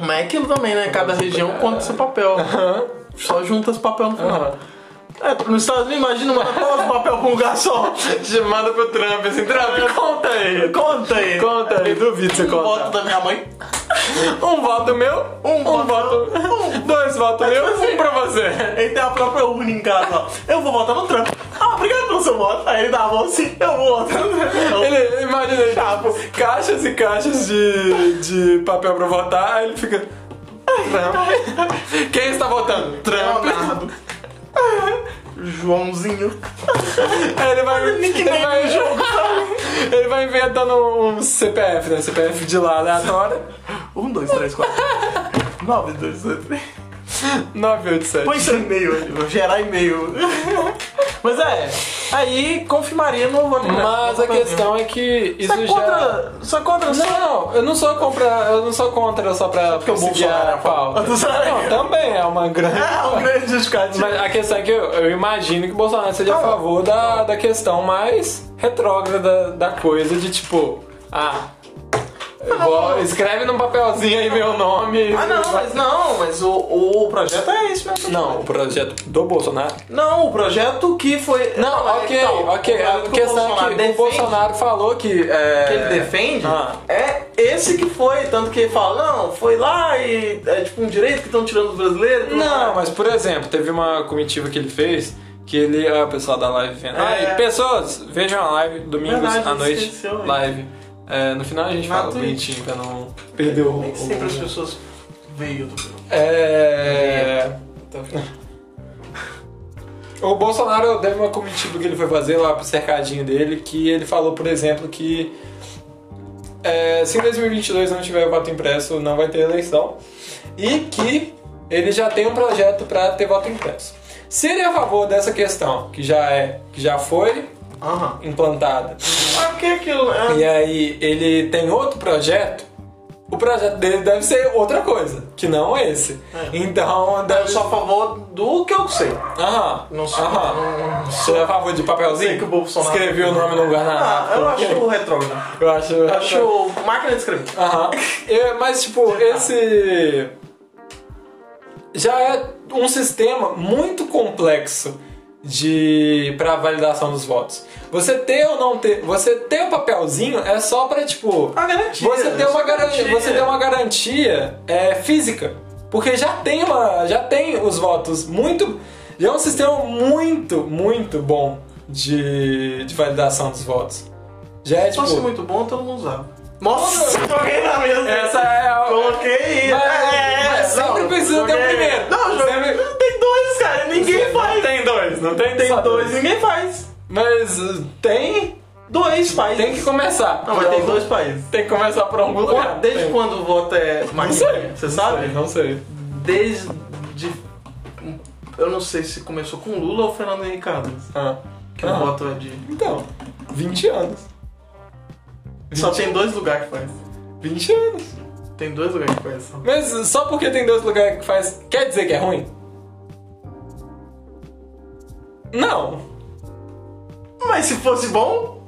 Speaker 1: mas é aquilo também, né? Cada região conta seu papel. Só junta os papel no final. É, nos Estados Unidos, imagina mandar todos os papel pra um lugar só.
Speaker 2: Manda pro Trump assim, Trump, conta aí.
Speaker 1: Conta aí.
Speaker 2: Conta aí, duvido você
Speaker 1: Um voto
Speaker 2: conta.
Speaker 1: da minha mãe.
Speaker 2: Um voto meu, um,
Speaker 1: voto-
Speaker 2: voto. Dois votos meus, um pra você.
Speaker 1: Ele tem a própria urna em casa, ó. Eu vou votar no Trump. Ah, obrigado pelo seu voto. Aí ele dá a mão assim, eu vou votar no Trump.
Speaker 2: Ele, imagina, ele, tipo, caixas e caixas de, de papel pra votar, aí ele fica. Trump. Quem está votando? Trump.
Speaker 1: Leonardo. um Joãozinho.
Speaker 2: Aí ele vai. Ele vai, ele vai inventando um CPF, né? CPF de lá aleatório.
Speaker 1: Um, dois, três, quatro. Nove, dois, dois, três.
Speaker 2: 987.
Speaker 1: Põe seu e-mail ali, vou gerar e-mail. Mas é, aí confirmaria no voto impresso.
Speaker 2: Mas a questão é que isso
Speaker 1: Isso é
Speaker 2: já.
Speaker 1: contra. Isso é contra.
Speaker 2: Não, não, eu não sou contra, eu não sou contra só pra
Speaker 1: o
Speaker 2: seguir
Speaker 1: Bolsonaro
Speaker 2: a
Speaker 1: é a favor.
Speaker 2: pauta. Não, também é uma grande.
Speaker 1: É um grande justificativo.
Speaker 2: Mas a questão é que eu, eu imagino que o Bolsonaro seja a
Speaker 1: Não.
Speaker 2: favor da, da questão mais retrógrada da coisa, de tipo, ah, eu vou- escreve num papelzinho aí meu nome.
Speaker 1: Ah, não, mas não, mas o, o projeto é isso mesmo.
Speaker 2: Não, o projeto do Bolsonaro.
Speaker 1: Não, o projeto que foi.
Speaker 2: Não,
Speaker 1: é
Speaker 2: ok,
Speaker 1: que tal.
Speaker 2: ok.
Speaker 1: O
Speaker 2: A
Speaker 1: projeto que o
Speaker 2: questão é
Speaker 1: Bolsonaro
Speaker 2: que o
Speaker 1: defende,
Speaker 2: Bolsonaro falou que. é,
Speaker 1: que ele defende
Speaker 2: Ah.
Speaker 1: é esse que foi, tanto que ele fala, não, foi lá e é tipo um direito que estão tirando os brasileiros. tudo
Speaker 2: Não,
Speaker 1: mais.
Speaker 2: mas por exemplo, teve uma comitiva que ele fez que ele. Ah, o pessoal da live vendo.
Speaker 1: É.
Speaker 2: Aí, pessoas, vejam a live domingos
Speaker 1: Verdade,
Speaker 2: à noite.
Speaker 1: esqueceu, hein?
Speaker 2: live. É, no final a gente
Speaker 1: Na
Speaker 2: fala
Speaker 1: Twitch.
Speaker 2: bonitinho pra não perder o.
Speaker 1: Nem sempre as
Speaker 2: o-
Speaker 1: pessoas veio do.
Speaker 2: É. O Bolsonaro teve uma comitiva que ele foi fazer lá pro cercadinho dele, que ele falou, por exemplo, que é, se em 2022 não tiver voto impresso, não vai ter eleição. E que ele já tem um projeto pra ter voto impresso. Se ele é a favor dessa questão, que já é, que já foi
Speaker 1: Aham.
Speaker 2: implantada,
Speaker 1: Ah, porque aquilo. É...
Speaker 2: e aí ele tem outro projeto, o projeto dele deve ser outra coisa, que não esse.
Speaker 1: É.
Speaker 2: Então, deve
Speaker 1: Eu sou a favor do que eu sei.
Speaker 2: Aham.
Speaker 1: Não sou.
Speaker 2: Aham.
Speaker 1: não- não
Speaker 2: Você é a favor de papelzinho?
Speaker 1: Sei que o Bolsonaro-
Speaker 2: Escreveu o nome no lugar na
Speaker 1: Ah, eu acho o retrógrado.
Speaker 2: Eu acho.
Speaker 1: Eu acho máquina de escrever.
Speaker 2: Aham. É, Mas, tipo, esse. Já é um sistema muito complexo de para validação dos votos. Você ter ou não ter, você ter o papelzinho é só pra, tipo,
Speaker 1: A garantia,
Speaker 2: você ter uma
Speaker 1: isso,
Speaker 2: garantia,
Speaker 1: garantia.
Speaker 2: você ter uma garantia é, física, porque já tem uma, já tem os votos muito, já é um sistema muito, muito bom de, de validação dos votos. Já é
Speaker 1: Se
Speaker 2: tipo,
Speaker 1: fosse muito bom, todo mundo usava. Nossa, joguei na mesa.
Speaker 2: essa é a,
Speaker 1: Coloquei. É,
Speaker 2: Mas- mas sempre
Speaker 1: não,
Speaker 2: precisa ter um
Speaker 1: joguei-
Speaker 2: primeiro.
Speaker 1: Não, joguei.
Speaker 2: Sempre-
Speaker 1: Não tem dois, cara. Ninguém faz.
Speaker 2: tem dois, não tem,
Speaker 1: Tem
Speaker 2: só
Speaker 1: dois, ninguém faz.
Speaker 2: Mas uh, tem,
Speaker 1: Dois países.
Speaker 2: tem que começar.
Speaker 1: Não, mas
Speaker 2: Por
Speaker 1: tem
Speaker 2: algum-
Speaker 1: dois países.
Speaker 2: Tem que começar por algum lugar.
Speaker 1: Desde
Speaker 2: Tem.
Speaker 1: quando o voto é
Speaker 2: Não
Speaker 1: mais
Speaker 2: sei.
Speaker 1: Você
Speaker 2: não
Speaker 1: sabe?
Speaker 2: sei, Não sei.
Speaker 1: Desde. Eu não sei se começou com Lula ou Fernando Henrique Carlos.
Speaker 2: Ah,
Speaker 1: Que
Speaker 2: Ah.
Speaker 1: o voto é de.
Speaker 2: então, 20 anos.
Speaker 1: Só tem dois lugares que faz.
Speaker 2: 20 anos.
Speaker 1: Tem dois lugares que faz. só.
Speaker 2: Mas uh, só porque tem dois lugares que faz, quer dizer que é ruim? Não.
Speaker 1: Mas se fosse bom,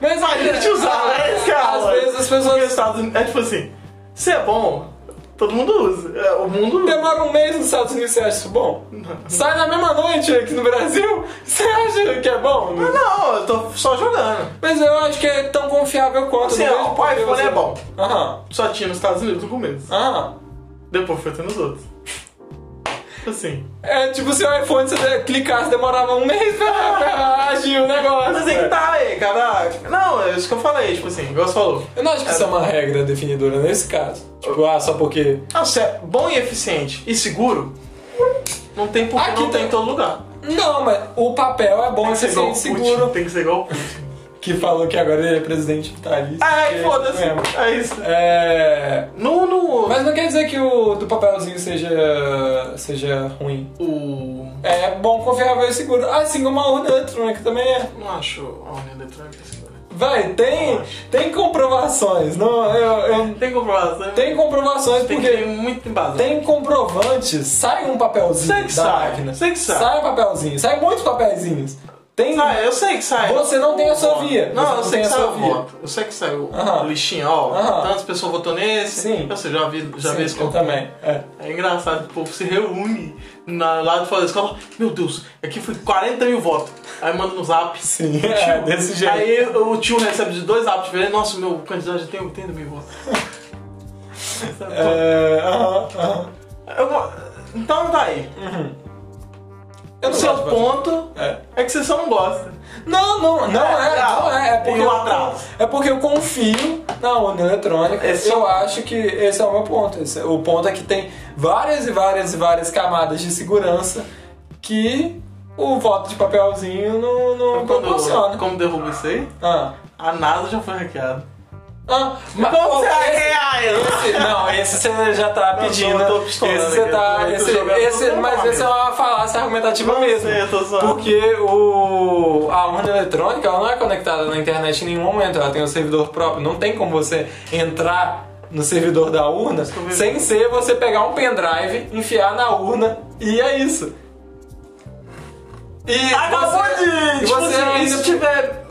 Speaker 2: Mas
Speaker 1: a gente usava, né, tá-
Speaker 2: Às
Speaker 1: cara?
Speaker 2: vezes as pessoas
Speaker 1: Porque os Estados Unidos. É tipo assim, se é bom, Todo mundo usa. É, O mundo.
Speaker 2: Demora um mês nos Estados Unidos, você acha isso bom? Sai na mesma noite aqui no Brasil, você acha que é bom?
Speaker 1: Mas não, eu tô só jogando.
Speaker 2: Mas eu acho que é tão confiável quanto.
Speaker 1: Assim,
Speaker 2: não
Speaker 1: ó,
Speaker 2: vejo
Speaker 1: o
Speaker 2: por que
Speaker 1: iPhone
Speaker 2: você-
Speaker 1: é bom.
Speaker 2: Aham,
Speaker 1: Só tinha nos Estados Unidos no começo.
Speaker 2: aham.
Speaker 1: Depois foi até nos outros. Assim.
Speaker 2: É, tipo, se o iPhone você de- clicasse, demorava um mês pra, pra agir o negócio.
Speaker 1: Mas aí que tá
Speaker 2: é.
Speaker 1: aí, cara. Não, é isso que eu falei, tipo assim, igual você falou.
Speaker 2: Eu não acho que isso é uma regra definidora nesse caso. Tipo, ah, só porque.
Speaker 1: Ah, se é bom e eficiente e seguro, não tem por que
Speaker 2: Aqui
Speaker 1: não tem em
Speaker 2: tem.
Speaker 1: todo lugar.
Speaker 2: Não, mas o papel é bom,
Speaker 1: Tem que
Speaker 2: você
Speaker 1: ser igual o
Speaker 2: sente seguro.
Speaker 1: Putin, tem que ser igual o Putin.
Speaker 2: Que falou que agora ele é presidente vitalício.
Speaker 1: Ah, é,
Speaker 2: que-
Speaker 1: foda-se.
Speaker 2: É.
Speaker 1: É isso.
Speaker 2: É.
Speaker 1: No, no...
Speaker 2: Mas não quer dizer que o do papelzinho seja. seja ruim.
Speaker 1: O...
Speaker 2: É bom, confiável e seguro. Assim como a urna eletrônica também é.
Speaker 1: Não acho a União Eletrônica
Speaker 2: assim, né?
Speaker 1: segura.
Speaker 2: Vai, tem, tem comprovações. Não, eu, eu-
Speaker 1: Tem comprovação.
Speaker 2: tem comprovações
Speaker 1: Tem que
Speaker 2: porque.
Speaker 1: ter muito embasado.
Speaker 2: Tem comprovante, sai um papelzinho
Speaker 1: Sei que
Speaker 2: da
Speaker 1: sai,
Speaker 2: máquina.
Speaker 1: sei que sai.
Speaker 2: Sai um papelzinho, sai muitos papelzinhos. Tem.
Speaker 1: Sai, eu sei que sai.
Speaker 2: Você não tem a sua via. Você
Speaker 1: Não, eu
Speaker 2: não
Speaker 1: sei
Speaker 2: tem
Speaker 1: que
Speaker 2: a
Speaker 1: saiu
Speaker 2: sua
Speaker 1: o
Speaker 2: via.
Speaker 1: voto. Eu sei que saiu
Speaker 2: Aham.
Speaker 1: o lixinho, ó.
Speaker 2: Aham.
Speaker 1: Tantas pessoas votou nesse.
Speaker 2: Sim.
Speaker 1: Eu sei, já vi, já vi
Speaker 2: Sim,
Speaker 1: esse
Speaker 2: eu
Speaker 1: conteúdo.
Speaker 2: também. é.
Speaker 1: É engraçado, o povo se reúne na, lá de fora da escola. Meu Deus, aqui foi 40 mil votos. Aí manda no zap.
Speaker 2: Sim, é, desse jeito.
Speaker 1: Aí o tio recebe de dois zaps diferentes. Nossa, meu candidato já tem 80 mil votos.
Speaker 2: É, aham, aham.
Speaker 1: Eu vou- então tá aí.
Speaker 2: É, Eu
Speaker 1: O
Speaker 2: não
Speaker 1: seu
Speaker 2: gosto de papel.
Speaker 1: ponto
Speaker 2: É.
Speaker 1: é que você só não gosta.
Speaker 2: Não, não, não é, não é. É porque,
Speaker 1: E o
Speaker 2: eu,
Speaker 1: atraso?
Speaker 2: é porque eu confio na urna eletrônica.
Speaker 1: Esse é
Speaker 2: eu
Speaker 1: o-
Speaker 2: acho que esse é o meu ponto. Esse é- o ponto é que tem várias e várias e várias camadas de segurança que o voto de papelzinho não, não proporciona.
Speaker 1: como derruba isso aí?
Speaker 2: Ah.
Speaker 1: A NASA já foi hackeada.
Speaker 2: Ah, mas, oh,
Speaker 1: é
Speaker 2: esse- esse- não, esse você já tá
Speaker 1: tô-
Speaker 2: pedindo.
Speaker 1: eu tô pistolando
Speaker 2: esse você
Speaker 1: aqui, eu tô-
Speaker 2: tá.
Speaker 1: eu tô
Speaker 2: Esse,
Speaker 1: jogando
Speaker 2: esse-
Speaker 1: tudo
Speaker 2: mas
Speaker 1: mal
Speaker 2: esse é uma falácia argumentativa mesmo.
Speaker 1: sei, eu tô zoando.
Speaker 2: porque o, a urna eletrônica ela não é conectada na internet em nenhum momento, ela tem um servidor próprio. Não tem como você entrar no servidor da urna
Speaker 1: que eu vi.
Speaker 2: sem ser você pegar um pendrive, enfiar na urna e é isso. E
Speaker 1: Acabou
Speaker 2: você-
Speaker 1: de.
Speaker 2: e
Speaker 1: Tipo
Speaker 2: você
Speaker 1: assim,
Speaker 2: ainda
Speaker 1: se tiver.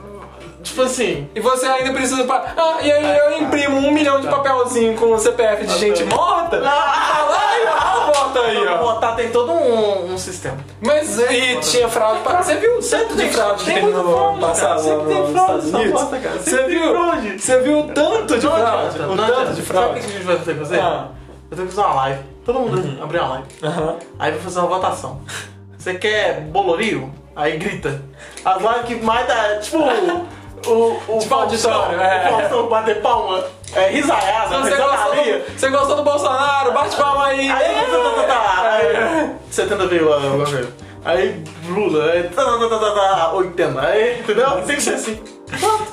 Speaker 1: Tipo assim.
Speaker 2: e você ainda precisa. Pa... Ah, e aí eu imprimo um milhão de papelzinho com um o CPF de gente morta?
Speaker 1: Tá. Não.
Speaker 2: Ai, ah, volta aí,
Speaker 1: Pra
Speaker 2: ó.
Speaker 1: botar tem todo um, um sistema.
Speaker 2: Mas e tinha fraude pra. Você viu o tanto de
Speaker 1: Tem-
Speaker 2: fraude que
Speaker 1: tem
Speaker 2: teve
Speaker 1: muito
Speaker 2: no ano
Speaker 1: fraude, cara.
Speaker 2: passado?
Speaker 1: Sempre
Speaker 2: lá
Speaker 1: tem
Speaker 2: nos
Speaker 1: fraude
Speaker 2: Estados
Speaker 1: nessa
Speaker 2: Unidos?
Speaker 1: bosta, cara.
Speaker 2: Você
Speaker 1: Sempre tem
Speaker 2: viu?
Speaker 1: fraude.
Speaker 2: Você viu o tanto de
Speaker 1: Não
Speaker 2: fraude?
Speaker 1: adianta, não
Speaker 2: O tanto de
Speaker 1: adianta. Sabe o que a
Speaker 2: fraude?
Speaker 1: gente vai fazer com você?
Speaker 2: Ah. Uhum.
Speaker 1: Eu tenho que fazer uma live. Todo mundo abrir uma live.
Speaker 2: Aham.
Speaker 1: Aí vai fazer uma votação. Você quer bolorio? Aí grita. As lives que mais dá. Tipo. O, o
Speaker 2: Tipo
Speaker 1: Faustão,
Speaker 2: auditório, é.
Speaker 1: O Faustão bater palma. É risaiada,
Speaker 2: Você gostou,
Speaker 1: risadaria.
Speaker 2: do, você gostou do Bolsonaro? Bate palma aí! É.
Speaker 1: Aí tá, tá, tá, tá, aí, 70 veio a governo. Aí Lula, aí tá, tá, tá, tá, tá, 80, aí, entendeu? Tem que ser assim.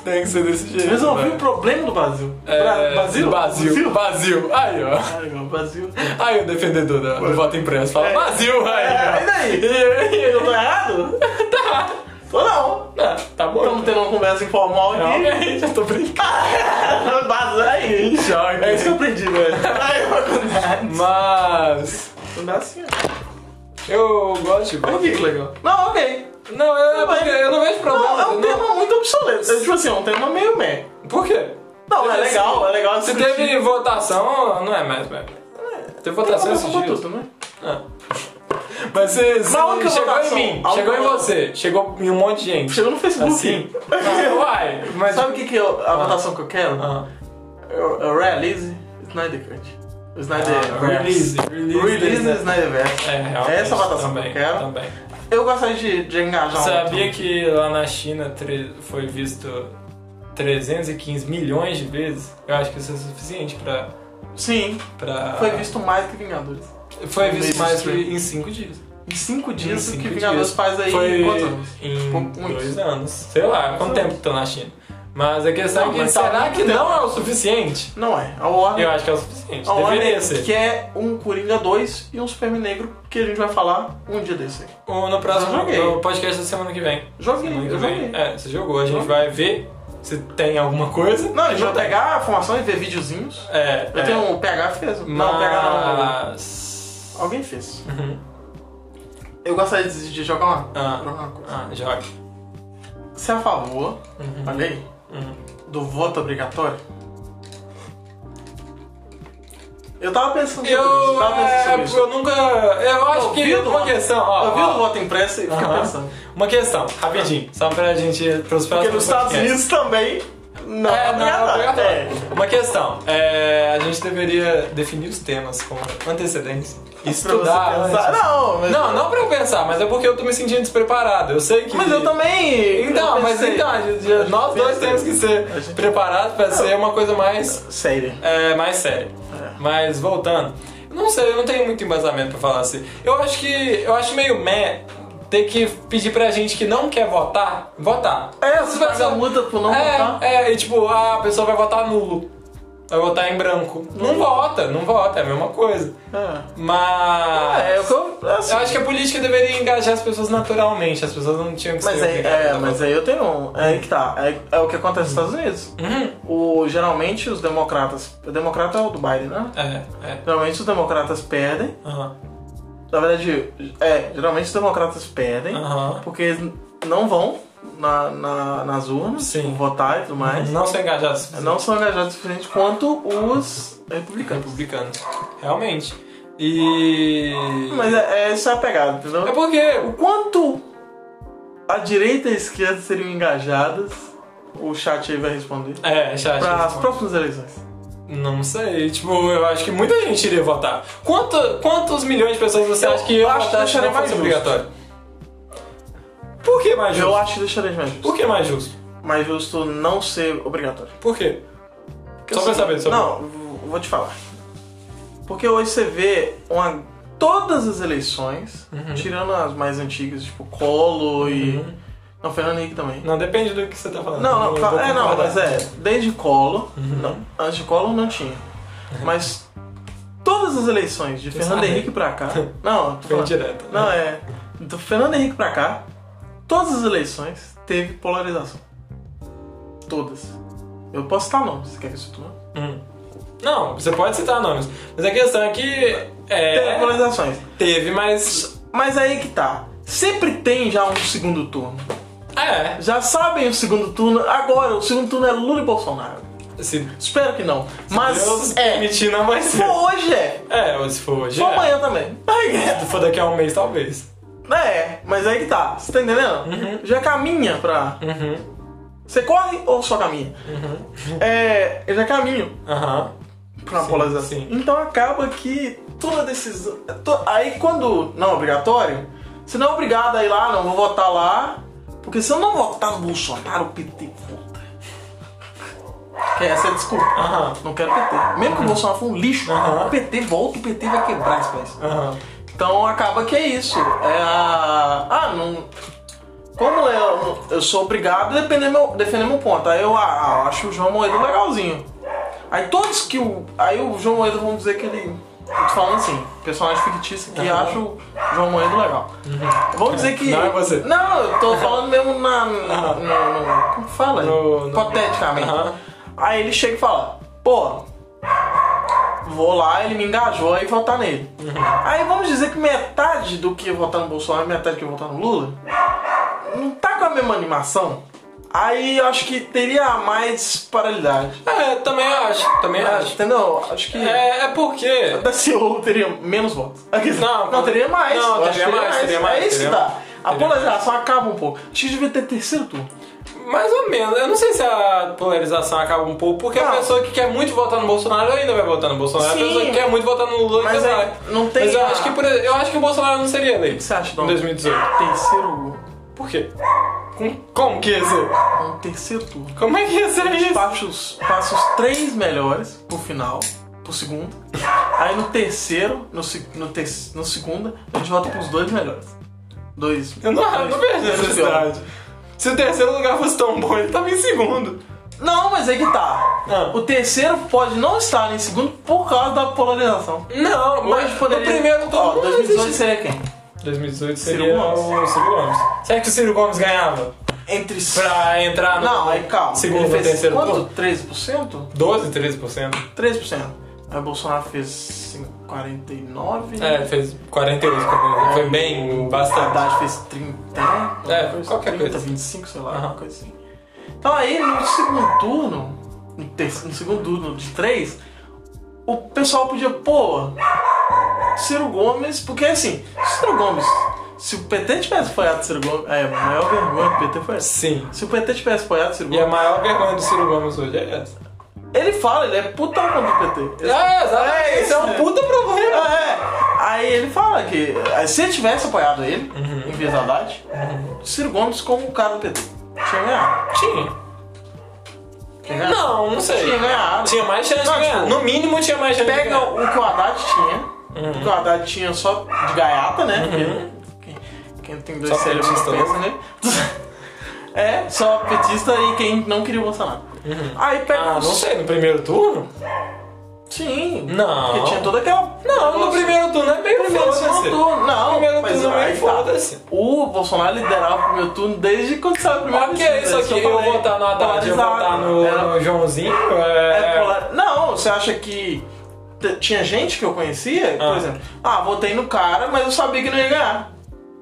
Speaker 2: Tem que ser desse jeito.
Speaker 1: Resolvi
Speaker 2: velho.
Speaker 1: o problema do Brasil.
Speaker 2: É,
Speaker 1: Bra- Brasil?
Speaker 2: Brasil.
Speaker 1: Brasil?
Speaker 2: Brasil. Aí, ó.
Speaker 1: Caramba, Brasil.
Speaker 2: Aí o defendedor da- do voto impresso fala,
Speaker 1: É.
Speaker 2: Brasil, aí.
Speaker 1: É, e daí? Eu tô errado? Tá. Tô não.
Speaker 2: Ah, tá bom.
Speaker 1: Estamos tendo uma conversa informal aqui.
Speaker 2: Realmente, eu tô brincando.
Speaker 1: Mas aí.
Speaker 2: Joga.
Speaker 1: É isso que eu aprendi, velho. Ai, eu vou
Speaker 2: Mas
Speaker 1: Não é assim, ó.
Speaker 2: eu gosto de
Speaker 1: Olha que
Speaker 2: voto.
Speaker 1: legal. Não, ok.
Speaker 2: Não, eu, é porque eu não vejo problema.
Speaker 1: Não, é um
Speaker 2: não.
Speaker 1: tema muito obsoleto. É tipo assim, é um tema meio meh.
Speaker 2: Por quê?
Speaker 1: Não, é
Speaker 2: Teve
Speaker 1: legal, é legal
Speaker 2: Se
Speaker 1: discutir.
Speaker 2: Tipo assim, teve votação, não é mais, velho. Teve votação esses dias.
Speaker 1: né?
Speaker 2: Ah. Mas você, você
Speaker 1: a única
Speaker 2: chegou
Speaker 1: votação-
Speaker 2: em mim,
Speaker 1: a única
Speaker 2: chegou em
Speaker 1: votação-
Speaker 2: você, chegou em um monte de gente.
Speaker 1: Chegou um no Facebook.
Speaker 2: Assim? Ah, Uai, mas...
Speaker 1: Sabe o que, que eu, a votação que eu quero?
Speaker 2: Ah.
Speaker 1: Eu, eu release Snyder Cut. O Snyder
Speaker 2: Ah, release, release,
Speaker 1: Release
Speaker 2: né?
Speaker 1: do Snyder Verse.
Speaker 2: É, realmente,
Speaker 1: Essa votação
Speaker 2: também,
Speaker 1: que eu quero.
Speaker 2: Também.
Speaker 1: Eu gostaria de, de engajar um
Speaker 2: Sabia
Speaker 1: outro.
Speaker 2: que lá na China tre- foi visto 315 milhões de vezes? Eu acho que isso é suficiente pra.
Speaker 1: Sim,
Speaker 2: pra...
Speaker 1: foi visto mais que Vingadores.
Speaker 2: Foi
Speaker 1: no
Speaker 2: visto
Speaker 1: mês de
Speaker 2: mais que
Speaker 1: stream.
Speaker 2: em 5 dias.
Speaker 1: Em cinco
Speaker 2: Em
Speaker 1: dias, o
Speaker 2: cinco
Speaker 1: que Vingadores
Speaker 2: dias.
Speaker 1: faz aí
Speaker 2: foi
Speaker 1: em quantos anos? Tipo,
Speaker 2: Em
Speaker 1: Pouco- muitos.
Speaker 2: dois anos. Sei lá, quanto tempo que tô na China. Mas a questão
Speaker 1: Não,
Speaker 2: é que
Speaker 1: mas tá
Speaker 2: será
Speaker 1: muito
Speaker 2: que
Speaker 1: tempo.
Speaker 2: não é o suficiente?
Speaker 1: Não é. A Warner,
Speaker 2: Eu acho que é o suficiente.
Speaker 1: a
Speaker 2: Deveria
Speaker 1: Warner
Speaker 2: ser.
Speaker 1: quer um Coringa 2 e um Superman Negro, que a gente vai falar um dia desse aí.
Speaker 2: Ou No próximo
Speaker 1: Eu joguei.
Speaker 2: no podcast da semana que vem.
Speaker 1: Joguei,
Speaker 2: Semana que
Speaker 1: eu
Speaker 2: vem.
Speaker 1: joguei.
Speaker 2: É, você jogou. A gente
Speaker 1: Joguei.
Speaker 2: vai ver se tem alguma coisa.
Speaker 1: Não, a gente
Speaker 2: Não
Speaker 1: vai
Speaker 2: tem.
Speaker 1: pegar a formação e ver videozinhos.
Speaker 2: É.
Speaker 1: Eu
Speaker 2: é.
Speaker 1: tenho um PH fez. Não, PH não.
Speaker 2: Mas.
Speaker 1: Alguém fez.
Speaker 2: Uhum.
Speaker 1: Eu gostaria de, de jogar uma,
Speaker 2: Ah.
Speaker 1: jogar uma coisa.
Speaker 2: Ah, joga.
Speaker 1: Você é a favor,
Speaker 2: Uhum.
Speaker 1: olha aí, do voto obrigatório? Eu tava pensando sobre
Speaker 2: Eu,
Speaker 1: isso. Tava pensando
Speaker 2: é,
Speaker 1: sobre isso.
Speaker 2: eu nunca. Eu acho que
Speaker 1: Ouvindo
Speaker 2: uma
Speaker 1: voto-
Speaker 2: questão. Ó,
Speaker 1: Ouvindo
Speaker 2: ó,
Speaker 1: o voto impresso e fica
Speaker 2: Ah. Aham.
Speaker 1: pensando.
Speaker 2: Uma questão, rapidinho. Só pra gente. Pros
Speaker 1: Porque
Speaker 2: próximos
Speaker 1: nos Estados
Speaker 2: podcasts.
Speaker 1: Unidos também não
Speaker 2: É,
Speaker 1: é
Speaker 2: não, é
Speaker 1: obrigatório.
Speaker 2: obrigatório.
Speaker 1: É.
Speaker 2: Uma questão. é, a gente deveria definir os temas com antecedência. Estudar.
Speaker 1: Pra você pensar.
Speaker 2: antes.
Speaker 1: Não, mas...
Speaker 2: Não, não pra eu pensar, mas é porque eu tô me sentindo despreparado. Eu sei que.
Speaker 1: Mas eu também...
Speaker 2: Então,
Speaker 1: eu
Speaker 2: mas
Speaker 1: pensei.
Speaker 2: então, a gente- nós dois
Speaker 1: pensei.
Speaker 2: temos que ser
Speaker 1: A gente-
Speaker 2: preparados pra ser uma coisa mais,
Speaker 1: Sério.
Speaker 2: é, mais séria.
Speaker 1: É.
Speaker 2: Mas voltando, eu não sei, eu não tenho muito embasamento pra falar assim. Eu acho que. Eu acho meio meh ter que pedir pra gente que não quer votar, votar.
Speaker 1: É, você
Speaker 2: Vai
Speaker 1: paga
Speaker 2: ser-
Speaker 1: multa por não
Speaker 2: é,
Speaker 1: votar.
Speaker 2: É, e tipo, ah, a pessoa vai votar nulo. Vai votar em branco. Não
Speaker 1: Uhum.
Speaker 2: vota, não vota, é a mesma coisa.
Speaker 1: É.
Speaker 2: Mas.
Speaker 1: É, é o que eu... assim,
Speaker 2: Eu acho que a política deveria engajar as pessoas naturalmente, as pessoas não tinham que
Speaker 1: Mas
Speaker 2: ser
Speaker 1: aí,
Speaker 2: obrigadas
Speaker 1: é,
Speaker 2: a tá
Speaker 1: mas
Speaker 2: votar.
Speaker 1: aí eu tenho um. É aí que tá. É, é o que acontece nos Estados Unidos.
Speaker 2: Uhum.
Speaker 1: O, geralmente os democratas. O democrata é o do Biden, né?
Speaker 2: É, é.
Speaker 1: Geralmente os democratas perdem.
Speaker 2: Aham.
Speaker 1: Na verdade, é, geralmente os democratas perdem.
Speaker 2: Aham.
Speaker 1: Porque eles não vão na, na- nas urnas
Speaker 2: Sim.
Speaker 1: votar e tudo mais.
Speaker 2: Não são engajados
Speaker 1: Não são engajados o suficiente quanto os republicanos.
Speaker 2: republicanos. Realmente. E.
Speaker 1: Mas é, é isso é a pegada, entendeu?
Speaker 2: É porque.
Speaker 1: O quanto a direita e a esquerda seriam engajadas, o chat aí vai responder.
Speaker 2: É, já,
Speaker 1: Para
Speaker 2: já
Speaker 1: as próximas eleições.
Speaker 2: Não sei, tipo, eu acho que muita gente iria votar. Quanto- quantos milhões de pessoas você
Speaker 1: Eu
Speaker 2: acha que iam
Speaker 1: acho que
Speaker 2: votar se
Speaker 1: deixaria
Speaker 2: não fosse
Speaker 1: mais justo.
Speaker 2: obrigatório? Por que mais justo?
Speaker 1: Eu acho que deixaria mais justo.
Speaker 2: Por que mais justo?
Speaker 1: Mais justo não ser obrigatório.
Speaker 2: Por quê?
Speaker 1: Porque
Speaker 2: Só
Speaker 1: assim,
Speaker 2: pra saber, só pra-
Speaker 1: Não, v- vou te falar. Porque hoje você vê uma, todas as eleições,
Speaker 2: Uhum.
Speaker 1: tirando as mais antigas, tipo Colo e. Não, Fernando Henrique também.
Speaker 2: Não, depende do que você tá falando.
Speaker 1: Não, não,
Speaker 2: Uhum. Eu
Speaker 1: fa-
Speaker 2: vou
Speaker 1: é, não,
Speaker 2: concordar. Uhum.
Speaker 1: mas é. Desde Colo. Não, antes de Colo não tinha. Mas todas as eleições, de Fernando
Speaker 2: sabe.
Speaker 1: Henrique pra cá. Não, tô
Speaker 2: Bem
Speaker 1: falando-
Speaker 2: direto. né?
Speaker 1: Não, é. Do Fernando Henrique pra cá, todas as eleições teve polarização. Todas. Eu posso citar nomes, você quer que eu cite nome?
Speaker 2: Hum. Não, você pode citar nomes. Mas a questão é que.
Speaker 1: Teve
Speaker 2: É,
Speaker 1: polarizações.
Speaker 2: teve, mas.
Speaker 1: Mas aí que tá. Sempre tem já um segundo turno.
Speaker 2: É.
Speaker 1: Já sabem o segundo turno. Agora, o segundo turno é Lula e Bolsonaro.
Speaker 2: Se
Speaker 1: Espero que não. Mas
Speaker 2: Deus
Speaker 1: é.
Speaker 2: permitir, não vai ser.
Speaker 1: Pô, hoje é.
Speaker 2: É, se for hoje.
Speaker 1: Pô,
Speaker 2: é.
Speaker 1: amanhã também.
Speaker 2: Se for daqui a um mês, talvez.
Speaker 1: É, mas aí que tá. Você tá entendendo? Já caminha pra.
Speaker 2: Uhum.
Speaker 1: Você corre ou só caminha? É. Eu já caminho.
Speaker 2: Aham.
Speaker 1: pra
Speaker 2: Sim,
Speaker 1: polarização.
Speaker 2: sim.
Speaker 1: Então acaba que toda decisão. to- Aí quando não é obrigatório, você não é obrigado a ir lá, não, vou votar lá. Porque se eu não votar no Bolsonaro, o PT volta. Que essa é a desculpa.
Speaker 2: Aham.
Speaker 1: Não quero PT. Mesmo que o
Speaker 2: Uhum.
Speaker 1: Bolsonaro for um lixo,
Speaker 2: Aham.
Speaker 1: o PT volta, o PT vai quebrar esse país.
Speaker 2: Aham.
Speaker 1: Então acaba que é isso. É a. Ah, não. Como eu, eu sou obrigado a defender meu, defender meu ponto. Aí eu ah, acho o João Moedo legalzinho. Aí todos que o. Aí o João Moedo vão dizer que ele. eu tô falando assim, personagem fictício que
Speaker 2: Aham.
Speaker 1: acha o João Moedo legal. Vamos dizer que.
Speaker 2: Não é você.
Speaker 1: Não, eu tô falando mesmo na. na-
Speaker 2: Aham.
Speaker 1: no- no- como fala?
Speaker 2: No- no-
Speaker 1: Hipoteticamente.
Speaker 2: Aham.
Speaker 1: Aí ele chega e fala, pô, vou lá, ele me engajou aí votar nele.
Speaker 2: Uhum.
Speaker 1: Aí vamos dizer que metade do que ia votar no Bolsonaro e metade que ia votar no Lula não tá com a mesma animação. Aí eu acho que teria mais paralidade.
Speaker 2: É, também acho. Também acho.
Speaker 1: Entendeu? Acho que.
Speaker 2: É, é porque.
Speaker 1: Da CEO teria menos votos. Aqui,
Speaker 2: Não,
Speaker 1: não teria mais.
Speaker 2: não,
Speaker 1: Eu acho
Speaker 2: teria
Speaker 1: que
Speaker 2: mais, teria mais,
Speaker 1: É isso que
Speaker 2: teria
Speaker 1: dá.
Speaker 2: mais.
Speaker 1: A
Speaker 2: Teria
Speaker 1: polarização acaba um pouco. Acho que devia ter terceiro turno.
Speaker 2: Mais ou menos. Eu não sei se a polarização acaba um pouco, porque a
Speaker 1: Não.
Speaker 2: pessoa que quer muito votar no Bolsonaro ainda vai votar no Bolsonaro.
Speaker 1: Sim.
Speaker 2: A pessoa que quer muito votar no Lula
Speaker 1: Mas
Speaker 2: ainda
Speaker 1: aí
Speaker 2: vai.
Speaker 1: não tem
Speaker 2: Mas eu
Speaker 1: a-
Speaker 2: acho que por- eu acho que o Bolsonaro não seria eleito.
Speaker 1: O que você acha, Dom?
Speaker 2: Em 2018.
Speaker 1: Terceiro.
Speaker 2: Por quê? Com, como que ia ser?
Speaker 1: Um terceiro turno.
Speaker 2: Como é que ia ser isso?
Speaker 1: Passa os, passa os três melhores pro final, pro segundo. Aí no terceiro, no, se- no, ter, no segundo, a gente volta pros dois melhores. Dois.
Speaker 2: Eu não, eu
Speaker 1: dois,
Speaker 2: não vejo
Speaker 1: dois
Speaker 2: necessidade. Se o terceiro lugar fosse tão bom, ele tava em segundo.
Speaker 1: Não, mas é que tá.
Speaker 2: Ah.
Speaker 1: O terceiro pode não estar em segundo por causa da polarização.
Speaker 2: Não,
Speaker 1: Mas poderia.
Speaker 2: no primeiro
Speaker 1: Ó,
Speaker 2: turno não
Speaker 1: 2018
Speaker 2: existe.
Speaker 1: seria quem?
Speaker 2: 2018
Speaker 1: Ciro
Speaker 2: seria
Speaker 1: Gomes.
Speaker 2: o Ciro Gomes. Será que o Ciro Gomes ganhava
Speaker 1: Entre.
Speaker 2: pra entrar no
Speaker 1: Não, aí calma.
Speaker 2: segundo
Speaker 1: Ele
Speaker 2: ou
Speaker 1: fez
Speaker 2: terceiro
Speaker 1: quanto?
Speaker 2: turno?
Speaker 1: 13%?
Speaker 2: 12, 13%.
Speaker 1: 3%. Aí o Bolsonaro fez cinco- 49%.
Speaker 2: É, fez 48, como- foi bem,
Speaker 1: A
Speaker 2: bastante.
Speaker 1: Haddad fez 30, né?
Speaker 2: É,
Speaker 1: Uma
Speaker 2: qualquer
Speaker 1: 30,
Speaker 2: coisa.
Speaker 1: 25, sei lá,
Speaker 2: Aham.
Speaker 1: uma coisa assim. Então aí, no segundo turno, no, ter- no segundo turno de 3, o pessoal podia, pô, Ciro Gomes, porque assim, Ciro Gomes, se o PT tivesse apoiado Ciro Gomes, é, a maior vergonha que o PT foi essa.
Speaker 2: Sim.
Speaker 1: Se o PT tivesse apoiado Ciro
Speaker 2: E a
Speaker 1: Gomes,
Speaker 2: maior vergonha do Ciro Gomes hoje é essa.
Speaker 1: ele fala, ele é putão contra o PT. Ele-
Speaker 2: exatamente. Isso é um puta problema.
Speaker 1: É, aí ele fala que é, se ele tivesse apoiado ele,
Speaker 2: Uhum.
Speaker 1: em vez da Haddad, Ciro Gomes como o cara do PT. Tinha ganhado.
Speaker 2: Tinha.
Speaker 1: Tinha ganhado.
Speaker 2: É. Não, não sei.
Speaker 1: Tinha ganhado.
Speaker 2: Tinha mais chance
Speaker 1: Não,
Speaker 2: de ganhar.
Speaker 1: tipo,
Speaker 2: no mínimo tinha mais chance de
Speaker 1: Pega
Speaker 2: ganhar.
Speaker 1: o que o Haddad tinha,
Speaker 2: Uhum.
Speaker 1: o que o Haddad tinha só de gaiata, né? Porque Quem, quem tem dois
Speaker 2: Só
Speaker 1: cérebros
Speaker 2: petista,
Speaker 1: não pensa, né? É, só petista e quem não queria o Bolsonaro. Aí pega.
Speaker 2: Ah, não sei, no primeiro turno?
Speaker 1: Sim.
Speaker 2: Não.
Speaker 1: Porque tinha toda aquela.
Speaker 2: Não, no primeiro turno é meio
Speaker 1: primeiro
Speaker 2: foda-se.
Speaker 1: assim. turno. Não,
Speaker 2: primeiro
Speaker 1: mas
Speaker 2: turno é
Speaker 1: aí
Speaker 2: meio
Speaker 1: tá.
Speaker 2: foda-se.
Speaker 1: O Bolsonaro liderava o primeiro turno desde quando saiu o primeiro
Speaker 2: Ok, só que é eu
Speaker 1: falei,
Speaker 2: votar no Haddad, eu
Speaker 1: polarizado.
Speaker 2: votar no,
Speaker 1: Era-
Speaker 2: no Joãozinho,
Speaker 1: É
Speaker 2: é...
Speaker 1: polar- Não, você acha que t- tinha gente que eu conhecia, por
Speaker 2: Ah.
Speaker 1: exemplo, ah, votei no cara, mas eu sabia que não ia ganhar.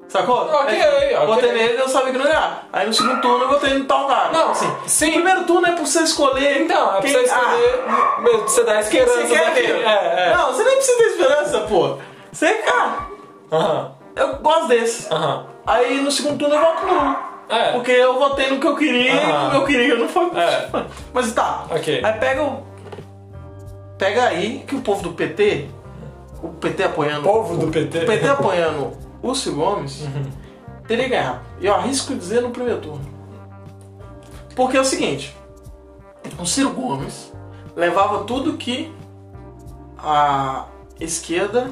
Speaker 1: Sacou?
Speaker 2: Ok,
Speaker 1: É, tipo,
Speaker 2: ok.
Speaker 1: Votei nele, eu sabia que não ia ganhar. Aí no segundo turno eu votei no tal cara.
Speaker 2: Não,
Speaker 1: assim,
Speaker 2: sim.
Speaker 1: O primeiro turno é pra você escolher.
Speaker 2: Então, é pra
Speaker 1: quem-
Speaker 2: você escolher... meu, Você dá a
Speaker 1: Ah, quem
Speaker 2: esperança
Speaker 1: você quer
Speaker 2: daquele.
Speaker 1: ver?
Speaker 2: É, é.
Speaker 1: Não, você nem precisa ter esperança, pô. Você, cara,
Speaker 2: Aham,
Speaker 1: eu gosto desse.
Speaker 2: aham.
Speaker 1: Aí no segundo turno eu voto nulo.
Speaker 2: É.
Speaker 1: Porque eu votei no que eu queria e
Speaker 2: Aham.
Speaker 1: no que eu queria não foi.
Speaker 2: É.
Speaker 1: Mas tá.
Speaker 2: Ok.
Speaker 1: Aí pega o. Pega aí que o povo do PT. O PT apoiando.
Speaker 2: Povo do PT.
Speaker 1: O é PT apoiando o Ciro Gomes teria ganhado. E eu arrisco dizer no primeiro turno. Porque é o seguinte: o Ciro Gomes levava tudo que a esquerda.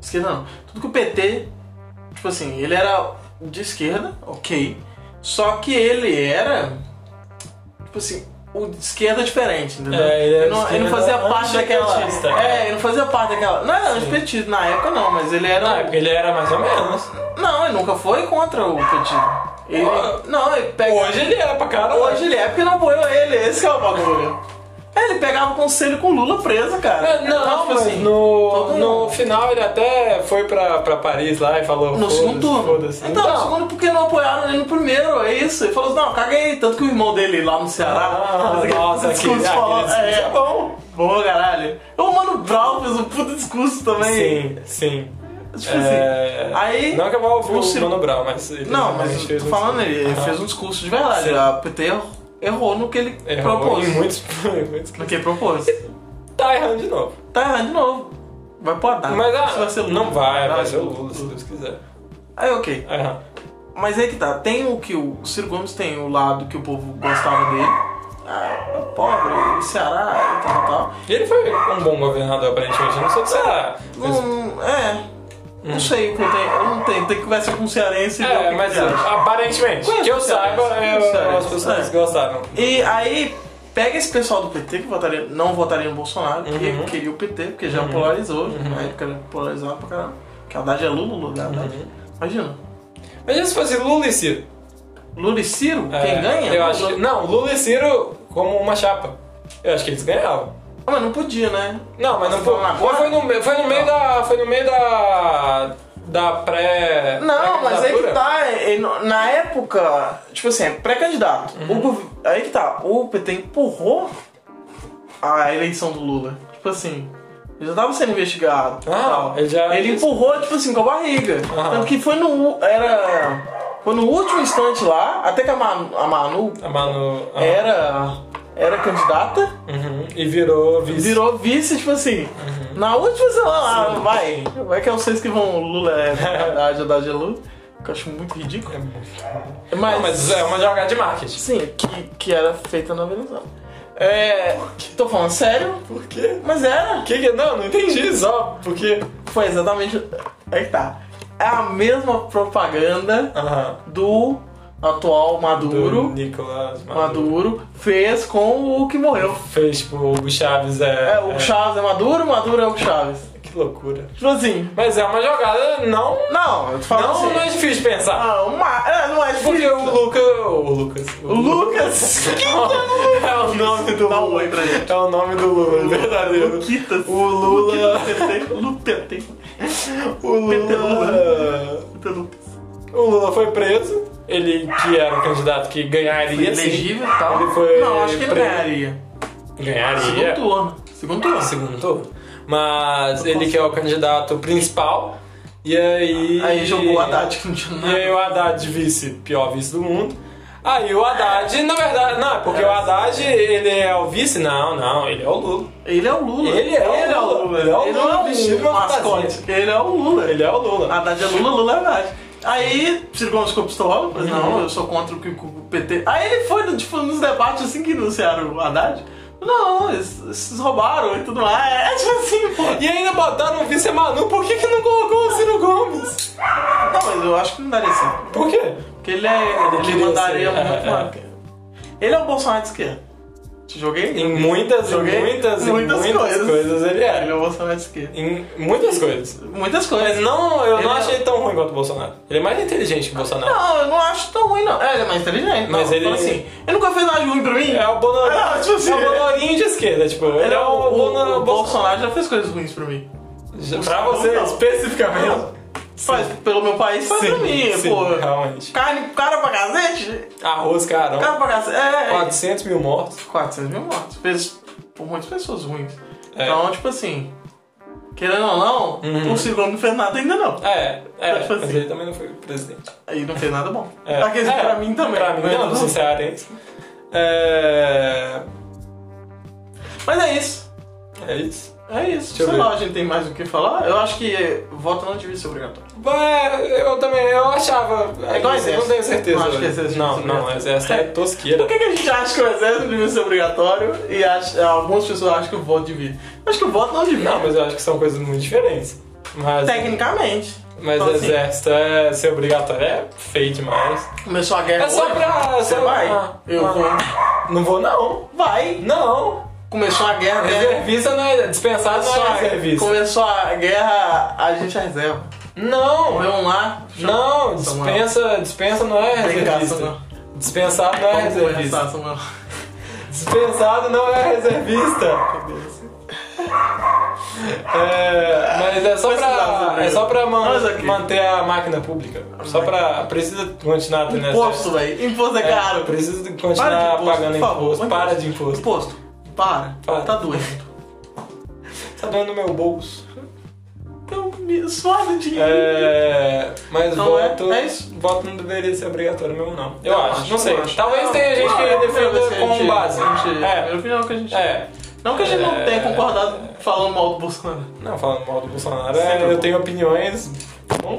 Speaker 1: Esquerda não. Tudo que o PT. Tipo assim, ele era de esquerda, ok. Só que ele era. Tipo assim. O de esquerda diferente, entendeu?
Speaker 2: É, ele era
Speaker 1: não,
Speaker 2: de
Speaker 1: ele não fazia
Speaker 2: esquerda
Speaker 1: parte daquela.
Speaker 2: antipetista.
Speaker 1: É, ele não fazia parte daquela. Não era antipetismo na época, não, mas ele era.
Speaker 2: Ah, é porque ele era mais ou menos.
Speaker 1: Não, ele nunca foi contra o petismo. Ele,
Speaker 2: Ah.
Speaker 1: não, ele pega.
Speaker 2: Hoje ele era um pra caralho.
Speaker 1: Hoje ele é porque não apoiou ele, esse que é o bagulho. É, Ele pegava conselho com o Lula preso, cara.
Speaker 2: É, Não,
Speaker 1: tipo
Speaker 2: mas
Speaker 1: assim,
Speaker 2: no,
Speaker 1: todo
Speaker 2: no
Speaker 1: mundo.
Speaker 2: final ele até foi pra, pra Paris lá e falou.
Speaker 1: No
Speaker 2: "Foda-se,
Speaker 1: segundo turno.
Speaker 2: foda-se."
Speaker 1: Então, no segundo porque não apoiaram ele no primeiro, é isso. Ele falou assim, não, caga aí. Tanto que o irmão dele lá no Ceará.
Speaker 2: Ah,
Speaker 1: fez aquele
Speaker 2: nossa, que
Speaker 1: discurso falando- é,
Speaker 2: é, é bom.
Speaker 1: Bom, caralho. O Mano Brown fez um puto discurso também.
Speaker 2: Sim, sim.
Speaker 1: Tipo
Speaker 2: É,
Speaker 1: assim. Aí.
Speaker 2: Não acabou o,
Speaker 1: o
Speaker 2: o
Speaker 1: Ciro-
Speaker 2: Mano Brown, mas ele
Speaker 1: Não, mas
Speaker 2: realmente
Speaker 1: eu
Speaker 2: fez
Speaker 1: tô
Speaker 2: um-
Speaker 1: falando, ele
Speaker 2: Aham.
Speaker 1: fez um discurso de verdade.
Speaker 2: Sim.
Speaker 1: A PT errou- errou no que ele
Speaker 2: Errou
Speaker 1: propôs.
Speaker 2: em muitos, em muitos
Speaker 1: No
Speaker 2: casos.
Speaker 1: que ele propôs.
Speaker 2: Tá errando de novo.
Speaker 1: Tá errado de novo. Vai pro Haddad.
Speaker 2: Mas ah,
Speaker 1: Isso vai ser Lula.
Speaker 2: não vai, vai
Speaker 1: Caralho.
Speaker 2: ser o Lula, se Deus quiser. Tá
Speaker 1: Aí, ok.
Speaker 2: Aham.
Speaker 1: Mas aí que tá. Tem o que o Ciro Gomes tem o lado que o povo gostava dele. Ah, é pobre, Ceará e tal, tal.
Speaker 2: E ele foi um bom governador, aparentemente. Eu não sou do Ceará. Mas, Hum.
Speaker 1: Não, é. Não sei o que eu tenho. Eu não tenho. Tem que conversar com um cearense e ver o
Speaker 2: é,
Speaker 1: que
Speaker 2: mas
Speaker 1: que ele acha.
Speaker 2: aparentemente.
Speaker 1: Conheço
Speaker 2: Que eu
Speaker 1: o Ceará,
Speaker 2: saiba,
Speaker 1: conheço o
Speaker 2: eu,
Speaker 1: Ceará.
Speaker 2: as pessoas
Speaker 1: É.
Speaker 2: gostaram.
Speaker 1: E aí, pega esse pessoal do PT que votaria, não votaria no Bolsonaro,
Speaker 2: Uhum.
Speaker 1: que queria o PT, porque já polarizou, na época era polarizado pra caramba. Que Haddad é Lula, Lula é Haddad.
Speaker 2: Uhum.
Speaker 1: Imagina.
Speaker 2: Mas e se fosse Lula e Ciro?
Speaker 1: Lula e Ciro,
Speaker 2: É,
Speaker 1: quem ganha?
Speaker 2: Eu acho que,
Speaker 1: Lula.
Speaker 2: não, Lula e Ciro como uma chapa. Eu acho que eles ganhavam.
Speaker 1: Ah, mas não podia, né?
Speaker 2: Não, mas não
Speaker 1: Você
Speaker 2: foi.
Speaker 1: falando
Speaker 2: Mas
Speaker 1: agora?
Speaker 2: foi no, me- foi no meio da. Foi no meio da. Da pré.
Speaker 1: Não, mas aí que
Speaker 2: pré-candidatura.
Speaker 1: tá. ele não- Na época, tipo assim, é pré-candidato.
Speaker 2: Uhum.
Speaker 1: O gov- Aí que tá. O PT empurrou a eleição do Lula. Tipo assim. Ele já tava sendo investigado.
Speaker 2: Ah,
Speaker 1: tal.
Speaker 2: ele já-
Speaker 1: empurrou, tipo assim, com a barriga.
Speaker 2: Aham.
Speaker 1: Tanto que foi no. Era. Foi no último instante lá, até que a Manu, a Manu
Speaker 2: A Manu. ah,
Speaker 1: era. Era candidata.
Speaker 2: uhum, e virou vice.
Speaker 1: Virou vice, tipo assim.
Speaker 2: Uhum.
Speaker 1: Na última, sei lá, vai. Vai que é vocês que vão. Lula é verdade, Haddad é Lula. Que eu acho muito ridículo.
Speaker 2: É muito-
Speaker 1: Mas,
Speaker 2: Não, mas é uma jogada de marketing.
Speaker 1: sim, que, que era feita na Venezuela. É. Tô falando sério,
Speaker 2: Por quê?
Speaker 1: mas era.
Speaker 2: Que que- não, não entendi, só porque.
Speaker 1: Foi exatamente. É que tá. É a mesma propaganda
Speaker 2: Aham.
Speaker 1: do atual
Speaker 2: Do
Speaker 1: Maduro.
Speaker 2: Nicolas Maduro.
Speaker 1: Maduro fez com o que morreu.
Speaker 2: Fez tipo o Hugo Chaves é.
Speaker 1: É, o Chaves é Maduro, Maduro é o Chaves.
Speaker 2: Que loucura.
Speaker 1: Tipo assim.
Speaker 2: Mas é uma jogada não.
Speaker 1: Não, eu tô falando
Speaker 2: Não,
Speaker 1: assim.
Speaker 2: não é difícil de pensar.
Speaker 1: Ah, uma... é, não é
Speaker 2: Porque
Speaker 1: difícil.
Speaker 2: o Lucas. O Lucas.
Speaker 1: O Lucas.
Speaker 2: É o nome do
Speaker 1: Dá um
Speaker 2: Lula.
Speaker 1: oi pra gente.
Speaker 2: É o nome do Lula, é verdadeiro.
Speaker 1: Luquitas.
Speaker 2: O Lula.
Speaker 1: Lutete.
Speaker 2: O
Speaker 1: é
Speaker 2: Lula.
Speaker 1: Lutete Lucas.
Speaker 2: O Lula foi preso. Ele que era o candidato que ganharia. sim.
Speaker 1: Elegível e tal.
Speaker 2: Ele foi
Speaker 1: Não, acho que ele
Speaker 2: preso.
Speaker 1: ganharia. Segundo
Speaker 2: Ganharia.
Speaker 1: turno. Segundo turno.
Speaker 2: Segundo turno. Mas ele que é o candidato principal. E aí.
Speaker 1: Aí jogou o Haddad que não tinha
Speaker 2: E aí
Speaker 1: nada.
Speaker 2: o Haddad vice, pior vice do mundo. Aí o Haddad, na verdade, não, é porque o Haddad, ele é o vice? Não, não, ele é o Lula.
Speaker 1: Ele é o Lula.
Speaker 2: Ele é o Lula,
Speaker 1: Ele
Speaker 2: ele é o
Speaker 1: não
Speaker 2: Lula
Speaker 1: é
Speaker 2: vestido de
Speaker 1: um
Speaker 2: uma
Speaker 1: mascote.
Speaker 2: fantasia.
Speaker 1: Ele é o Lula.
Speaker 2: Ele é o Lula.
Speaker 1: Haddad é Lula, Lula é Haddad. Aí, Ciro Gomes ficou pistola, pois não, eu sou contra o que o PT... Aí ele foi, tipo, nos debates assim que anunciaram o Haddad. Não, eles, eles roubaram e tudo mais. É tipo assim, pô.
Speaker 2: E ainda botaram o vice Manu, por que, que não colocou o Ciro Gomes?
Speaker 1: Não, mas eu acho que não daria certo.
Speaker 2: Por quê?
Speaker 1: Porque ele é. Ele,
Speaker 2: queria
Speaker 1: mandaria
Speaker 2: ser,
Speaker 1: muito
Speaker 2: é,
Speaker 1: mais. Ele é o Bolsonaro de esquerda. Te joguei?
Speaker 2: Em muitas, em
Speaker 1: Joguei
Speaker 2: muitas, em
Speaker 1: muitas
Speaker 2: muitas,
Speaker 1: coisas.
Speaker 2: coisas. ele
Speaker 1: Ele é
Speaker 2: é.
Speaker 1: o Bolsonaro de esquerda.
Speaker 2: Em muitas coisas.
Speaker 1: Muitas
Speaker 2: Mas
Speaker 1: coisas.
Speaker 2: não, eu não
Speaker 1: Ele é-
Speaker 2: achei ele tão ruim quanto o Bolsonaro. Ele é mais inteligente que o Bolsonaro.
Speaker 1: Não, eu não acho tão ruim, não. É, ele é mais inteligente.
Speaker 2: Mas
Speaker 1: não,
Speaker 2: ele-
Speaker 1: fala assim, ele nunca fez nada de ruim pra mim.
Speaker 2: É o Bonorinho.
Speaker 1: Ah, tipo assim,
Speaker 2: é o Bonorinho de esquerda, tipo. Ele,
Speaker 1: Ele
Speaker 2: é o, Bono-
Speaker 1: o Bolsonaro já fez coisas ruins pra mim.
Speaker 2: Já- Pra você
Speaker 1: Não.
Speaker 2: especificamente.
Speaker 1: Faz pelo meu país, faz pra mim,
Speaker 2: sim,
Speaker 1: pô.
Speaker 2: Realmente.
Speaker 1: Carne, cara pra cacete?
Speaker 2: Arroz, carão.
Speaker 1: Cara pra cacete. É, é.
Speaker 2: 400 mil mortos.
Speaker 1: 400 mil mortos. Fez por muitas pessoas ruins.
Speaker 2: É. Uhum.
Speaker 1: Então, tipo assim, querendo ou não, o Ciro Gomes não fez nada ainda não.
Speaker 2: É, é.
Speaker 1: Tipo assim.
Speaker 2: Mas ele também não foi presidente.
Speaker 1: Aí não fez nada bom.
Speaker 2: É.
Speaker 1: Tá quer dizer,
Speaker 2: É,
Speaker 1: pra mim também.
Speaker 2: Pra mim,
Speaker 1: né?
Speaker 2: não, não sou cearense. É.
Speaker 1: Mas é isso.
Speaker 2: É isso.
Speaker 1: É isso.
Speaker 2: Deixa
Speaker 1: Sei
Speaker 2: eu ver.
Speaker 1: lá, a gente tem mais o que falar. Eu acho que voto não devia ser obrigatório.
Speaker 2: É, eu também, eu achava.
Speaker 1: É igual
Speaker 2: eu
Speaker 1: exército.
Speaker 2: Não tenho certeza.
Speaker 1: Não acho que
Speaker 2: velho.
Speaker 1: exército
Speaker 2: Não,
Speaker 1: não
Speaker 2: não,
Speaker 1: é.
Speaker 2: exército é tosqueira.
Speaker 1: Por que, que a gente acha que o exército devia ser obrigatório e acha- algumas pessoas acham que o voto devia? Acho que o voto não devia.
Speaker 2: Não, mas eu acho que são coisas muito diferentes. Mas.
Speaker 1: Tecnicamente.
Speaker 2: Mas
Speaker 1: Então, assim,
Speaker 2: exército é ser obrigatório é feio demais.
Speaker 1: começou a guerra.
Speaker 2: É só
Speaker 1: hoje,
Speaker 2: pra. Ah,
Speaker 1: Você vai? eu vou.
Speaker 2: Não vou, não.
Speaker 1: Vai!
Speaker 2: Não.
Speaker 1: Começou a guerra. a guerra-
Speaker 2: Reservista não é. Dispensado
Speaker 1: Começou
Speaker 2: não é
Speaker 1: a,
Speaker 2: reservista.
Speaker 1: começou a guerra, a gente é reserva.
Speaker 2: Não.
Speaker 1: Vamos lá. Samuel.
Speaker 2: Não. Dispensa, dispensa não
Speaker 1: Vem
Speaker 2: é
Speaker 1: cá,
Speaker 2: reservista.
Speaker 1: Samuel.
Speaker 2: Dispensado não é
Speaker 1: Vamos conversar,
Speaker 2: reservista.
Speaker 1: Samuel.
Speaker 2: Dispensado não é reservista. É, mas é só
Speaker 1: Mas não dá,
Speaker 2: pra,
Speaker 1: né?
Speaker 2: é só pra man-
Speaker 1: Mas ok.
Speaker 2: manter a máquina pública. Só pra. Precisa continuar tendo
Speaker 1: Imposto, velho. Imposto é
Speaker 2: É,
Speaker 1: caro.
Speaker 2: Preciso de
Speaker 1: Para de
Speaker 2: continuar
Speaker 1: imposto,
Speaker 2: pagando
Speaker 1: por favor.
Speaker 2: imposto. Para de imposto.
Speaker 1: Imposto. Para.
Speaker 2: Para.
Speaker 1: Tá doendo.
Speaker 2: Tá doendo no meu bolso.
Speaker 1: Então, me suado dinheiro.
Speaker 2: É, mas
Speaker 1: Então
Speaker 2: voto,
Speaker 1: é- é isso.
Speaker 2: voto não deveria ser obrigatório mesmo, não. Eu
Speaker 1: Não,
Speaker 2: acho, não sei.
Speaker 1: acho.
Speaker 2: Talvez
Speaker 1: Não,
Speaker 2: tenha gente
Speaker 1: não,
Speaker 2: que
Speaker 1: não,
Speaker 2: defenda
Speaker 1: mas a
Speaker 2: com
Speaker 1: gente-
Speaker 2: base.
Speaker 1: a gente- Minha
Speaker 2: É,
Speaker 1: opinião que a gente.
Speaker 2: é.
Speaker 1: Não que a gente não
Speaker 2: É.
Speaker 1: tenha concordado falando mal do Bolsonaro.
Speaker 2: Não, falando mal do Bolsonaro,
Speaker 1: Sempre
Speaker 2: é, eu
Speaker 1: bom.
Speaker 2: tenho opiniões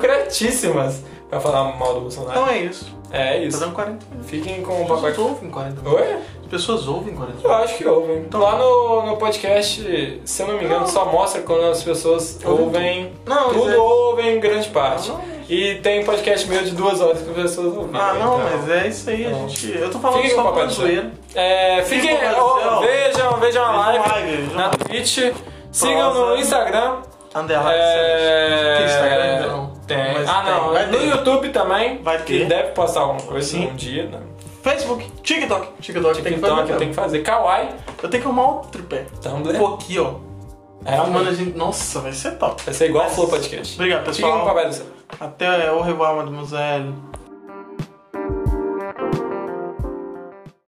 Speaker 2: concretíssimas pra falar mal do
Speaker 1: Então
Speaker 2: Bolsonaro.
Speaker 1: é isso.
Speaker 2: É
Speaker 1: Tá
Speaker 2: isso.
Speaker 1: dando 40 minutos.
Speaker 2: Fiquem com o
Speaker 1: As
Speaker 2: papai.
Speaker 1: pessoas ouvem 40 minutos.
Speaker 2: Oi?
Speaker 1: As pessoas ouvem 40
Speaker 2: Eu
Speaker 1: minutos.
Speaker 2: acho que ouvem.
Speaker 1: Tá
Speaker 2: Então lá no, no podcast, se eu não me engano, só mostra quando as pessoas
Speaker 1: Ouvem
Speaker 2: ouvem.
Speaker 1: Não,
Speaker 2: tudo
Speaker 1: mas é- Ah,
Speaker 2: ouvem grande parte.
Speaker 1: Não,
Speaker 2: E tem podcast meu de duas horas que as pessoas ouvem.
Speaker 1: Ah, não,
Speaker 2: então.
Speaker 1: mas é isso aí. A
Speaker 2: Então.
Speaker 1: gente. Eu tô falando
Speaker 2: Fica
Speaker 1: só
Speaker 2: com o
Speaker 1: pra
Speaker 2: papai do céu.
Speaker 1: zoeira.
Speaker 2: É, fiquem.
Speaker 1: Fica com
Speaker 2: ó,
Speaker 1: atenção.
Speaker 2: vejam, vejam a live,
Speaker 1: live,
Speaker 2: na Twitch. Sigam no
Speaker 1: Prosa.
Speaker 2: Instagram.
Speaker 1: Underline.
Speaker 2: é,
Speaker 1: Tem Instagram ainda não?
Speaker 2: Tem.
Speaker 1: Mas
Speaker 2: ah,
Speaker 1: tem,
Speaker 2: não.
Speaker 1: vai
Speaker 2: no
Speaker 1: ter.
Speaker 2: YouTube também.
Speaker 1: Vai
Speaker 2: Que
Speaker 1: ter.
Speaker 2: deve postar alguma coisa
Speaker 1: Sim.
Speaker 2: um dia, né?
Speaker 1: Facebook, TikTok. TikTok, tem que fazer. Né?
Speaker 2: TikTok tem que fazer. Kawaii.
Speaker 1: Eu tenho que arrumar outro tripé.
Speaker 2: Tumblr.
Speaker 1: Vou aqui, ó.
Speaker 2: É,
Speaker 1: Mano,
Speaker 2: mano.
Speaker 1: a gente. Nossa, vai ser top.
Speaker 2: Vai ser igual o Flow Podcast.
Speaker 1: Obrigado,
Speaker 2: Fiquem com o
Speaker 1: pessoal.
Speaker 2: papai do céu.
Speaker 1: Até o revoar, mademoiselle.